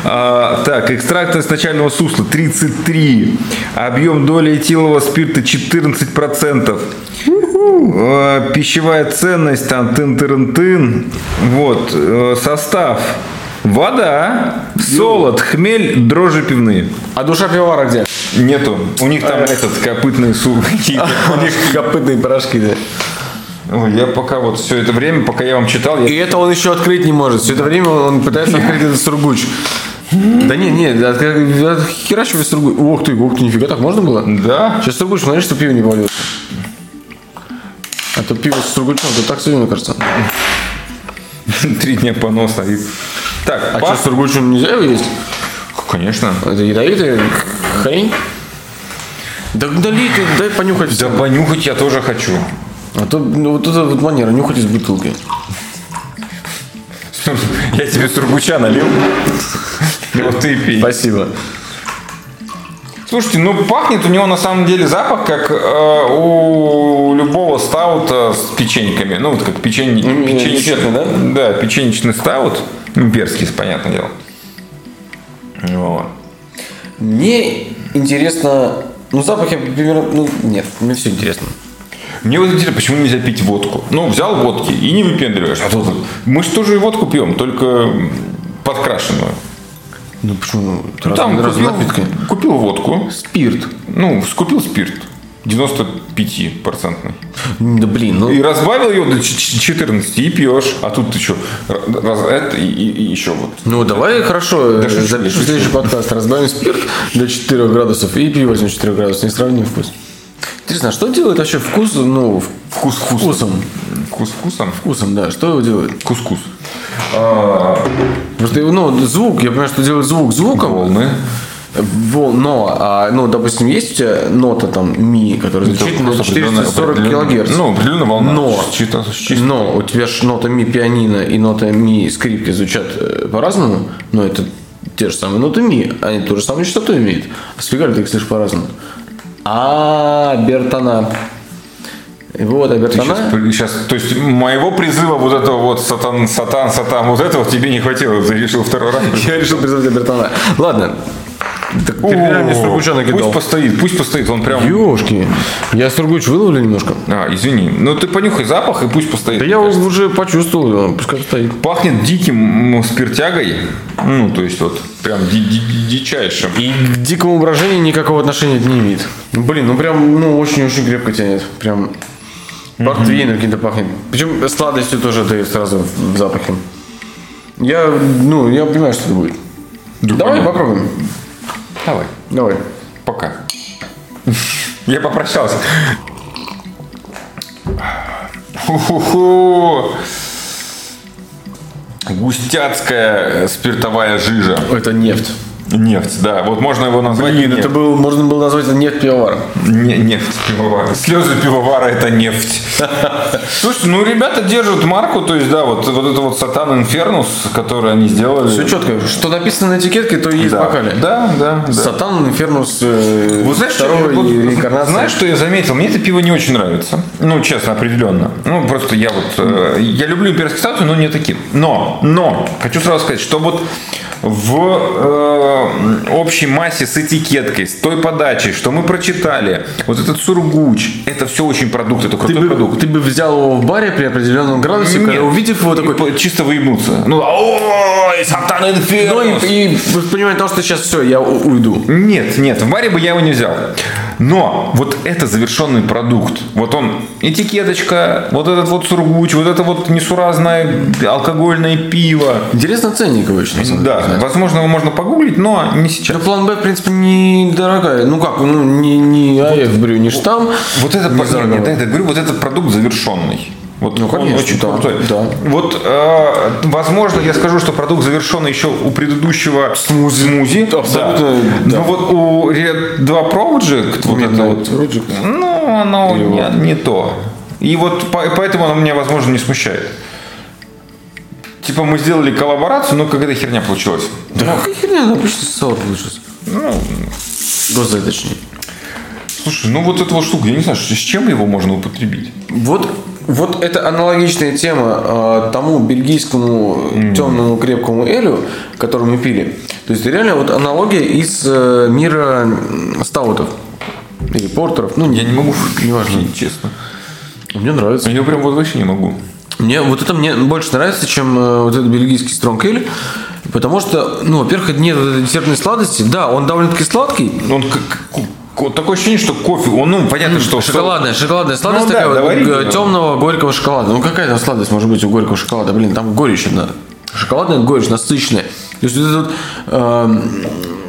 А, так, экстракт из начального сусла 33. Объем доли этилового спирта 14%. Э, Пищевая ценность там тын-тырын-тын. Вот. э, Состав. Вода, солод, хмель, дрожжи пивные.
А душа пивовара где?
Нету. У них там этот копытный суп.
У них копытные порошки, да.
Ой, Я пока вот все это время, пока я вам читал, я
И это он еще открыть не может. Все это время он пытается открыть этот сургуч. Да не, не, да, да, херачивай сургуч. Ох ты, ох ты, нифига, так можно было?
Да?
Сейчас сургуч, смотри, что пиво не повалилось. А то пиво с сургучом, это так сегодня, мне кажется.
Три дня поноса. И- Так,
А
пах-
что, с сургучем нельзя его есть?
Конечно.
Это ядовитая хрень? Да, да ли ты, дай понюхать
Да
всем.
понюхать я тоже хочу.
А то, ну, вот это вот манера, нюхать из бутылки.
Я тебе сургуча налил. Вот ты и пей.
Спасибо.
Слушайте, ну пахнет у него на самом деле запах, как э, у любого стаута с печеньками. Ну, вот как печень...
десертный, да?
Да, печеничный стаут. Ну, Имперский, понятное дело. Вот.
Мне интересно... Ну, запах я примерно... Ну, нет, мне все интересно.
Мне вот интересно, почему нельзя пить водку? Ну, взял водки и не выпендриваешь. А тут мы же тоже и водку пьем, только подкрашенную.
Ну, почему?
Ну,
Раз-
там
раз
купил,
напитки.
купил водку,
Спирт.
ну, скупил спирт 95-процентный.
Да блин, ну...
И разбавил ее до ч- ч- 14 и пьешь. А тут ты что, и, и- и еще вот.
Ну, давай, хорошо, э,
шучу,
запишем
шучу.
следующий подкаст. Разбавим спирт до 4 градусов и пиво возьмем 4 градуса. Не сравним вкус. Интересно, а что делает вообще вкус, ну, в-
Вкус вкусом.
вкусом?
Вкус вкусом?
Вкусом, да. Что его делает?
Кускус.
Потому что, ну, звук, я понимаю, что делает звук звуком.
Волны.
Вол- но, а, ну, допустим, есть у тебя нота там ми, которая
Ну,
звучит на
Просто определенная-
440
определенная-
килогерц.
Ну, определенная волна.
Но.
Чисто, чисто.
Но у тебя же нота ми пианино и нота ми скрипки звучат э, по-разному, но это те же самые ноты ми, они ту же самую частоту имеют. А с фигаль ты их слышишь по-разному. А бертона. Вот, а бертона.
Сейчас, то есть моего призыва вот этого вот сатан, сатан, сатан, вот этого тебе не хватило, ты решил второй раз.
Я решил призвать бертона. Ладно. Так, перебирай мне Сургуча накидал.
Пусть постоит, пусть постоит, он прям...
Ёшки. Я Сургуч выловлю немножко.
А, извини, ну ты понюхай запах и пусть постоит.
Да я уже почувствовал, его, пускай стоит.
Пахнет диким м, спиртягой, ну то есть вот прям ди- ди- дичайшим.
И к дикому брожению никакого отношения это не имеет. Блин, ну прям, ну очень-очень крепко тянет. Прям портвейном каким-то пахнет. Причем сладостью тоже дает сразу в в запахе. Я, ну, я понимаю, что это будет. Давай
понятно.
попробуем.
Давай,
Давай.
пока. Я попрощался. Ху-ху-ху. Густяцкая спиртовая жижа.
Это нефть.
Нефть, да. Вот можно его назвать.
Блин,
нефть.
это был, можно было назвать это нефть пивовара.
Не- нефть пивовара. Слезы пивовара это нефть. Слушайте, ну ребята держат марку, то есть, да, вот, вот это вот Сатан Инфернус, который они сделали.
Все четко. Что написано на этикетке, то и есть в
да.
бокале.
да, да, да.
Сатан, Инфернус, э,
Вот знаешь, что-
второй
вот
и реинкарнация.
знаешь, что я заметил? Мне это пиво не очень нравится. Ну, честно, определенно. Ну, просто я вот... э, я люблю имперские статуи, но не таким. Но, но, хочу сразу сказать, что вот в э, общей массе с этикеткой, с той подачей, что мы прочитали, вот этот сургуч, это все очень продукт, это
ты
крутой
бы,
продукт.
ты бы взял его в баре при определенном градусе,
Нет.
когда увидев его такой,
Типа, чисто выебнуться. Ну, ой, Сатан
Ну
Инфернус.
и, и понимание того, что сейчас все, я у- уйду.
Нет, нет, в баре бы я его не взял. Но вот это завершенный продукт. Вот он, этикеточка, вот этот вот сургуч, вот это вот несуразное алкогольное пиво.
Интересно ценник обычно. на самом деле,
Да, возможно, его можно погуглить, но не
Ну,
сейчас.
план Б, в принципе, недорогая. Ну как, ну не, не АФ, брю, не штамм.
Вот это,
Не
по-
знаю,
нет, нет,
да.
это, говорю, вот этот продукт завершенный. Вот
Ну,
он
конечно,
очень
да,
крутой.
да.
Вот, э, возможно, я скажу, что продукт завершенный еще у предыдущего смузи.
Абсолютно, да.
Но Ну, вот у Red 2 Project, вот это вот, Ну, оно
Или
не, не то. И вот по- поэтому оно меня, возможно, не смущает. Типа мы сделали коллаборацию, но какая-то херня получилась.
Да Ну, какая херня, она обычно сало получилось.
Ну.
Госзай, точнее.
Слушай, ну вот эта вот штука, я не знаю, с чем его можно употребить.
Вот, вот это аналогичная тема э, тому бельгийскому темному крепкому элю, который мы пили. То есть реально вот аналогия из э, мира м, стаутов или портеров. Ну,
Я не могу,
Неважно.
честно.
Мне нравится.
Я прям вот вообще не могу.
Мне вот это мне больше нравится, чем э, вот этот бельгийский стронг эль, потому что, ну, во-первых, нет вот этой терпной сладости. Да, он довольно-таки сладкий.
Ну, Он как, как- вот такое ощущение, что кофе, он, ну, понятно, что...
Шоколадная, шоколадная сладость
да,
такая вот,
говори,
э,
да.
темного горького шоколада. Ну какая там сладость может быть у горького шоколада? Блин, там горечь одна. Шоколадная горечь, насыщенная. То есть вот этот эм,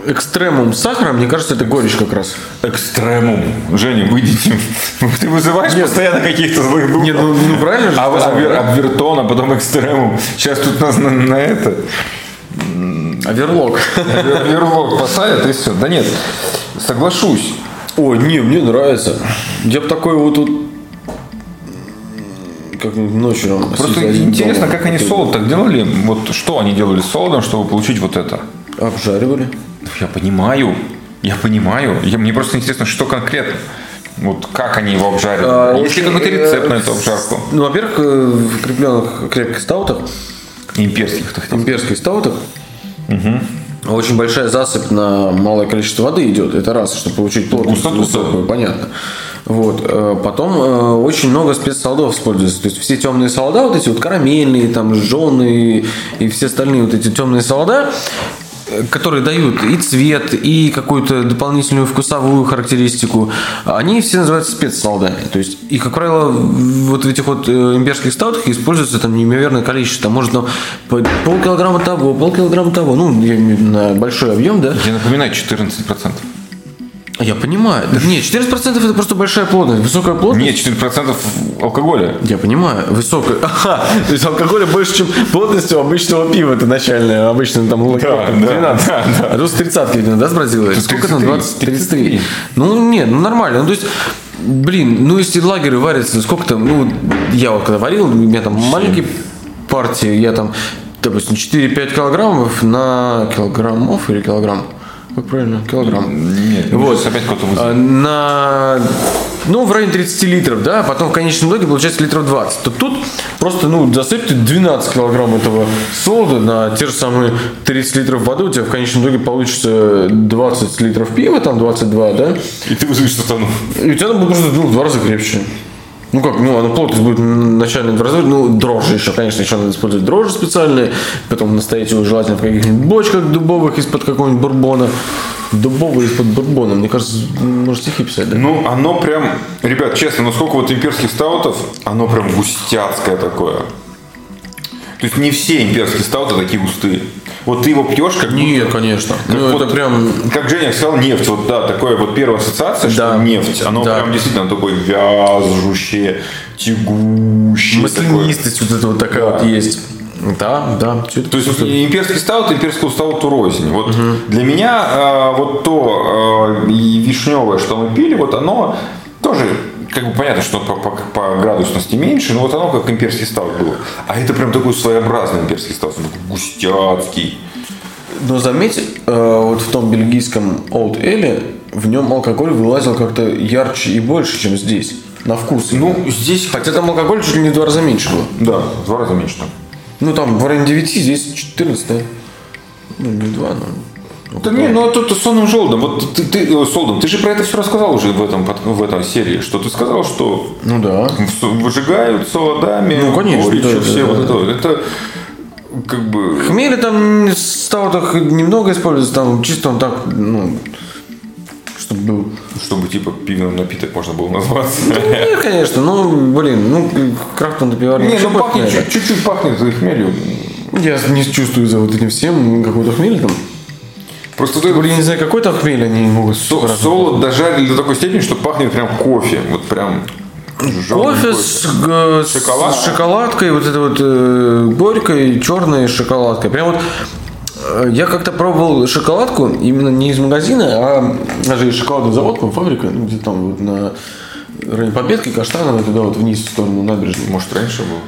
экстремум сахара, мне кажется, это горечь как раз.
Экстремум. Женя, выйдите. Ты вызываешь постоянно каких-то злых духов.
Нет, ну, ну, правильно же
А вот
сказал,
Абвер-
да?
Абвертон, а потом экстремум. Сейчас тут нас на, на это...
Оверлок.
Вер- Верлок посадят и все. Да нет, соглашусь.
Ой, не, мне нравится. Я бы такой вот тут как-нибудь ночью.
Просто интересно, как они солод так делали. Вот что они делали с солодом, чтобы получить вот это.
Обжаривали.
Я понимаю. Я понимаю. Я- мне просто интересно, что конкретно. Вот как они его обжарили.
А,
Есть ли
если,
какой-то
э,
рецепт на эту обжарку?
Ну, во-первых, э, в крепленных крепких стаутах,
Имперских, так сказать.
имперских стаутах, очень большая засыпь на малое количество воды идет. Это раз, чтобы получить плотность
Густоту,
высокую, понятно. Вот. э, Потом э, очень много спецсолдов используется. То есть все темные солода, вот эти вот карамельные, там, жженые и все остальные вот эти темные солода, э, которые дают и цвет, и какую-то дополнительную вкусовую характеристику, они все называются спецсолдами. То есть, и, как правило, в- вот в этих вот э, имбирских стаутах используется там неимоверное количество. Там может там по- полкилограмма того, полкилограмма того. Ну, я имею в виду на большой объем, да?
Я напоминаю, 14%.
Я понимаю. Так нет, 14% это просто большая плотность, высокая плотность.
Нет, 4% алкоголя.
Я понимаю, высокая.
Ага, то есть алкоголя больше, чем плотностью обычного пива, это начальное, обычно там лакерка,
да,
12.
да, да.
А тут с 30 видно, да, с Бразилии? Сколько там? 20,
33.
33.
Ну, нет, ну нормально. Ну, то есть, блин, ну если лагеры варятся, сколько там, ну, я вот когда варил, у меня там маленькие партии, я там, допустим, 4-5 килограммов на килограммов или килограмм? Как правильно? Килограмм.
Нет,
Вот.
вот. опять кто-то
А,
вызвал.
На, ну, в районе 30 литров, да, а потом в конечном итоге получается литров 20. То тут просто, ну, засыпьте 12 килограмм этого сода на те же самые 30 литров воды, у тебя в конечном итоге получится 20 литров пива, там 22, да,
И ты вызовешь сатану.
и у тебя оно будет просто ну, в два раза крепче. Ну как, ну она плотность будет м, начальная в два раза, ну дрожжи еще, конечно, еще надо использовать дрожжи специальные, потом настоять его желательно в каких-нибудь бочках дубовых из-под какого-нибудь бурбона. Дубовый из-под бурбона, мне кажется, может стихи писать, да?
Ну, оно прям, ребят, честно, ну сколько вот имперских стаутов, оно прям густяцкое такое. То есть не все имперские стауты такие густые. Вот ты его пьешь, как
Нет, конечно.
Как
Ну это
вот-
прям
Как Женя сказал, нефть. Вот да, такое вот первая ассоциация,
Да.
что нефть. Оно
Да.
прям действительно такое вяжущее, тягущее. такое.
маслянистость вот эта вот такая вот есть. Да, да. всё это
То есть
присутствует.
и имперский стаут, имперскую стауту рознь. Вот для меня э, вот то э, и вишневое, что мы пили, вот оно тоже как бы понятно, что по, по- по градусности меньше, но вот оно как имперский стаут было. А это прям такой своеобразный имперский стаут, он такой густяцкий.
Но заметь, э, вот в том бельгийском Old Ale в нем алкоголь вылазил как-то ярче и больше, чем здесь. На вкус.
Ну, здесь хотя...
Хотя там алкоголь чуть ли не в два раза меньше было.
Да, в два раза меньше. там.
Ну там в районе 9, здесь 14, да? Ну не в два, но...
Да не, ну а тут с сонным желудом. Вот ты, ты, э, Солдом, ты же про это все рассказал уже в этом под- в этой серии, что ты сказал, что
Ну да.
вс- выжигают солодами,
Ну, конечно,
горечью,
да, да,
все
да,
вот
да.
это. вот. Это как бы
Хмели там в стаутах немного используется, там чисто он так, ну,
Чтобы был.
чтобы типа пивным напиток можно было назваться.
нет, Ну, конечно, ну, блин, ну, крафтом допивали.
Не,
вообще
ну пахнет,
пахнет.
чуть- чуть-чуть пахнет хмелью.
Я не чувствую за вот этим всем ну, какой-то хмель там.
Просто ты
Блин, не знаю, какой там хмель они могут.
со- солод дожарили до такой степени, что пахнет прям кофе. Вот прям жжёный
Кофе с, г- с
Шоколад.
шоколадкой, вот этой вот э, горькой черной шоколадкой. Прям вот э, я как-то пробовал шоколадку именно не из магазина, а даже из шоколадного завода, по-моему, фабрика, ну, где там вот на районе Победки, Каштановой, туда вот вниз в сторону набережной.
Может, раньше было?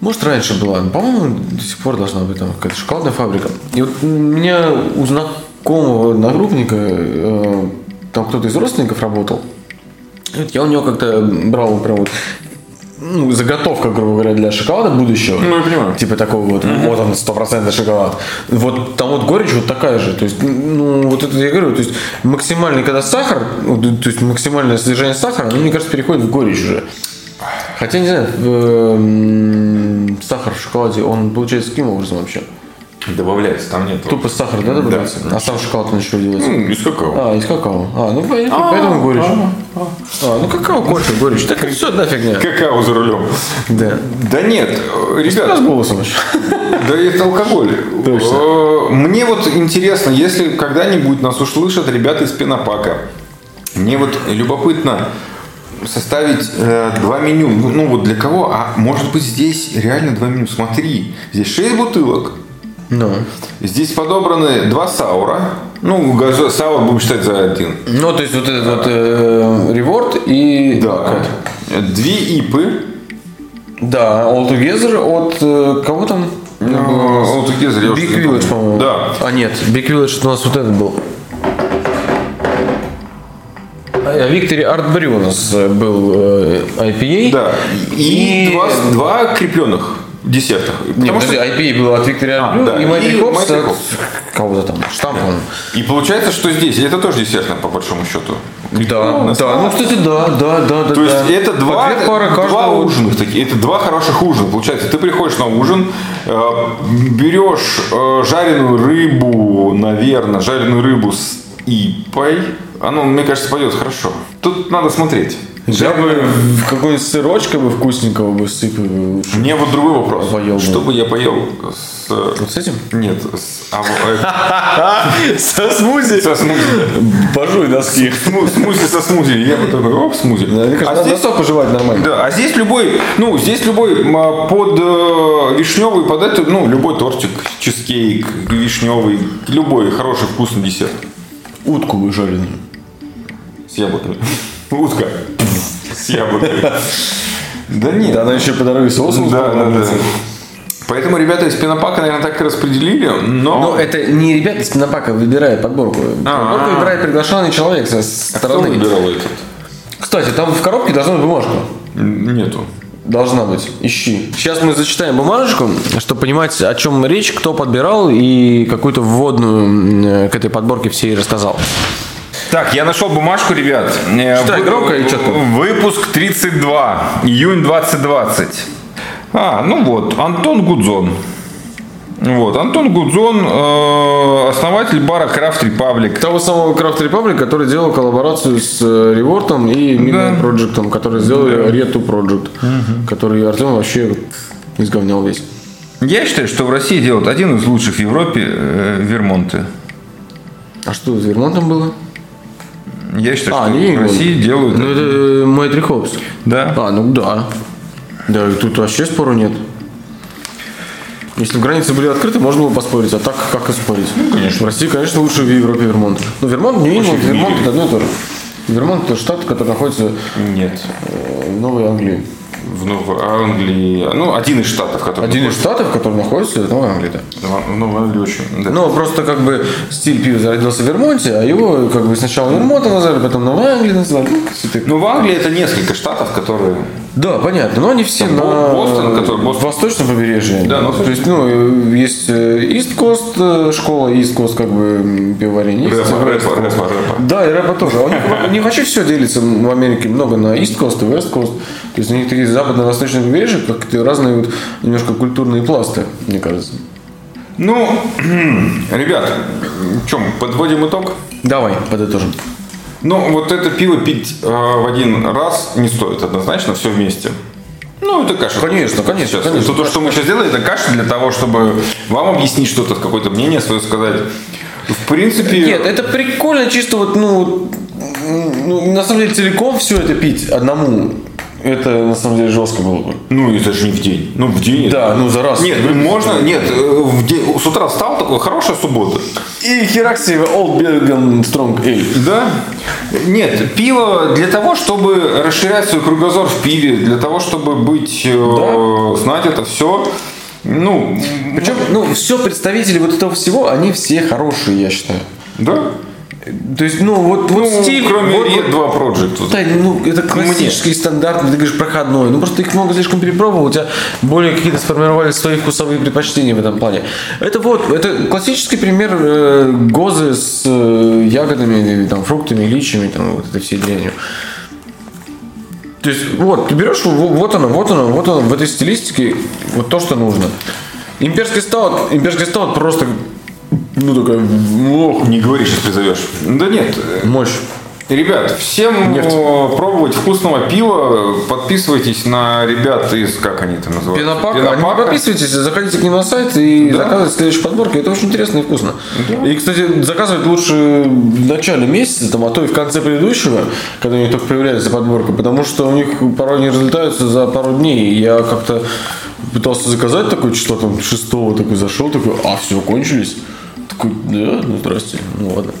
Может, раньше была, но, по-моему, до сих пор должна быть там какая-то шоколадная фабрика. И вот у меня у знакомого одногруппника, э, там кто-то из родственников работал, И вот я у него как-то брал прям вот ну, заготовка, грубо говоря, для шоколада будущего.
Ну, я понимаю.
Типа такого вот, вот он, стопроцентный шоколад. Вот там вот горечь вот такая же. То есть, ну, вот это я говорю, то есть максимальный, когда сахар, вот, то есть максимальное содержание сахара, ну, мне кажется, переходит в горечь уже. Хотя, не знаю, в, эм, сахар в шоколаде, он получается каким образом вообще?
Добавляется, там нет.
Тупо сахар, да, добавляется? А сам шоколад он еще делается?
Ну, из какао.
А, из какао. А, ну понятно, поэтому горечь. А, ну какао, кофе, горечь. Так все, да, фигня.
Какао за рулем.
Да.
Да нет, э, ребят,
С голосом еще.
Да это алкоголь. Э, Мне вот интересно, если когда-нибудь нас услышат ребята из Пенопака, мне вот любопытно составить э, два меню. Ну, Ну вот для кого? А может быть здесь реально два меню? Смотри, здесь 6 бутылок,
Ну.
здесь подобраны два саура. Ну, газо- саур будем считать за один.
Ну, то есть вот этот вот э, реворд и...
Да. Две ипы.
Да, All Together от э, кого там?
Э,
А,
вот такие зрелища.
Big Village, по-моему.
Да.
А нет, Big Village это у нас вот этот был. А, Виктори Артбри у нас э, был э, IPA.
Да. И,
И-
два, два крепленных десерта.
Не, ну
Потому что- А,
подожди, IPA был от Виктори Артбрю
да,
и Мэтри
и
Хопс
Mighty
от
Hops.
кого-то там, штамп, по-моему.
И получается, что здесь это тоже десертно, по большому счету.
Да, да, ну, кстати, да, да, да, да.
То есть
да.
это
По
два,
две пары
два
каждого.
ужина, такие, это два хороших ужина. Получается, ты приходишь на ужин, э, берешь э, жареную рыбу, наверное, жареную рыбу с ипой. Оно, мне кажется, пойдет хорошо. Тут надо смотреть.
Я бы в какой сырочка бы вкусненького бы сыпал лучше.
Мне вот другой вопрос.
Поел бы.
что бы я поел с... э,
Вот с этим?
Нет, с... а вот,
Со
э,
смузи.
со смузи.
Пожуй доски.
Сmu- Ну, Смузи со смузи. Я бы такой, оп, смузи. А
Надо
здесь-
сок пожевать нормально.
Да, а здесь любой, ну, здесь любой м, а, под э, вишневый, под это, ну, любой тортик, чизкейк, вишневый, любой хороший вкусный десерт
Утку бы жареную.
с яблоками. Утка с яблоками. Да нет.
Да, она еще по дороге соусом.
Да, да, да.
сбрызнула.
Поэтому ребята из Пенопака, наверное, так и распределили,
Но
Ну,
но...
это не ребята из Пинопака выбирают подборку. Подборку выбирает приглашенный человек со
Кто
стороны.
выбирал этот?
Кстати, там в коробке должна быть бумажка.
М, Нету.
Должна быть. Ищи.
Сейчас мы зачитаем бумажечку, чтобы понимать, о чем речь, кто подбирал и какую-то вводную м, э, к этой подборке всей рассказал.
Так, я нашел бумажку, ребят. Э,
Читай
вы-
громко и чётко.
Выпуск 32, июнь 2020. А, ну вот, Антон Гудзон. Вот, Антон Гудзон, э, основатель бара Крафт Репаблик.
Того самого Craft Republic, который делал коллаборацию с э, Ревортом и Midnight Project, который сделали Retu Project, который Артем вообще изговнял весь.
Я считаю, что в России делают один из лучших в Европе э, вермонты.
А что с Вермонтом было?
Я считаю,
А,
что
не
в России делают...
Ну, это э, мой три Хопс.
Да.
А, ну да. Да, и тут вообще спору нет. Если бы границы были открыты, можно было поспорить, а так как и спорить? Ну, конечно. В России, конечно, лучше в Европе Вермонт. Ну, Вермонт, не Ингланд, Вермонт это одно и то же. Вермонт это штат, который находится
Нет.
э, в Новой Англии.
В Новой Англии... Ну, один из штатов, который...
Один из штатов, который находится в Новой Англии, да.
В Новой Англии очень... да.
Ну, просто как бы стиль пива зародился в Вермонте, а его как бы сначала Вермонта назвали, потом Новая Англия назвали. Ну, всё так.
Ну, в Англии это несколько штатов, которые...
Да, понятно. Но они все на
Бостон, который- Бостон.
восточном побережье.
Да, на
то есть, ну, э, есть Ист Кост, школа Ист Кост, как бы м, пивоварение. есть
Рэпа,
West
рэпа,
Coast.
рэпа, рэпа.
Да, и рэпа тоже. У них вообще все делится в Америке много на East Coast и West Coast. То есть у них такие западно-восточные побережья, как это разные вот немножко культурные пласты, мне кажется.
Ну, ребят, чем, подводим итог?
Давай, подытожим.
Ну, вот это пиво пить э, в один раз не стоит однозначно, все вместе. Ну, это каша.
Конечно, конечно,
Сейчас.
конечно.
То, то, что мы сейчас делаем, это каша для того, чтобы вам объяснить что-то, какое-то мнение свое сказать. В принципе...
Нет, это прикольно, чисто вот, ну, вот, м, ну, на самом деле целиком все это пить одному. Это на самом деле жестко было бы.
Ну, это же не в день. Ну, в день...
Да, ну за раз.
Нет, ну, можно, нет, э, в день- с утра встал, такой, хорошая суббота.
И херак себе Old Belgian Strong Ale.
Да? Нет, пиво для того, чтобы расширять свой кругозор в пиве, для того, чтобы быть, э, знать это все. Ну,
Причем, ну, все представители вот этого всего, они все хорошие, я считаю.
да.
То есть, ну, вот, вот
Ну,
стиль...
кроме
вот-
Red
вот-
2 Project. вот.
Тань, ну, это классический стандартный, ты говоришь, проходной. Ну, просто ты их много слишком перепробовал, у тебя более какие-то сформировались свои вкусовые предпочтения в этом плане. Это вот, это классический пример э, гозы с э, ягодами, или, там, фруктами, личами, там, вот этой всей дрянью. То есть, вот, ты берешь, во- вот оно, вот оно, вот оно, в этой стилистике, вот то, что нужно. Имперский стаут, имперский стаут просто, ну, такая, ох,
Не говори, сейчас призовешь. Да нет. э,
мощь.
Ребят, всем
Нефть.
э, пробовать вкусного пива. Подписывайтесь на ребят из, как они там называются?
Пенопак.
Пенопака.
А, Подписывайтесь, заходите к ним на сайт и заказывайте следующие подборки. Это очень интересно и вкусно. И, кстати, заказывать лучше в начале месяца, там, а то и в конце предыдущего, когда у них только появляется подборка, потому что у них порой не разлетаются за пару дней. И Я как-то пытался заказать такое число, там, шестого такой зашел, такой, а все, кончились. Такой, да, ну здрасте, ну ладно.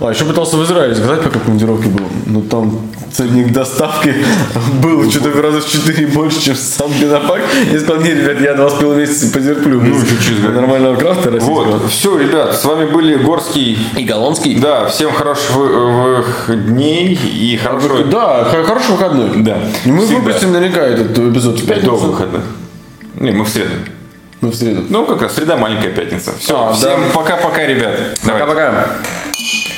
А, еще пытался в Израиле заказать, пока в командировке был. Но там ценник доставки был что-то в раза в четыре больше, чем сам Бенопак. Я сказал, нет, ребят, я два с половиной месяца потерплю. без
Ну, чуть-чуть, да.
Нормального крафта российского.
Вот, все, ребят, с вами были Горский.
И Голландский.
Да, всем хороших вы- вых- дней и хорошего...
Да, хо- хороший выходной.
Да.
Мы
Всегда.
выпустим наверняка этот эпизод в
До
пятницу.
выхода. Не, мы в среду.
Мы в среду.
Ну, как раз среда, маленькая пятница. Все,
А,
всем пока-пока, ребят. Давайте.
Пока-пока.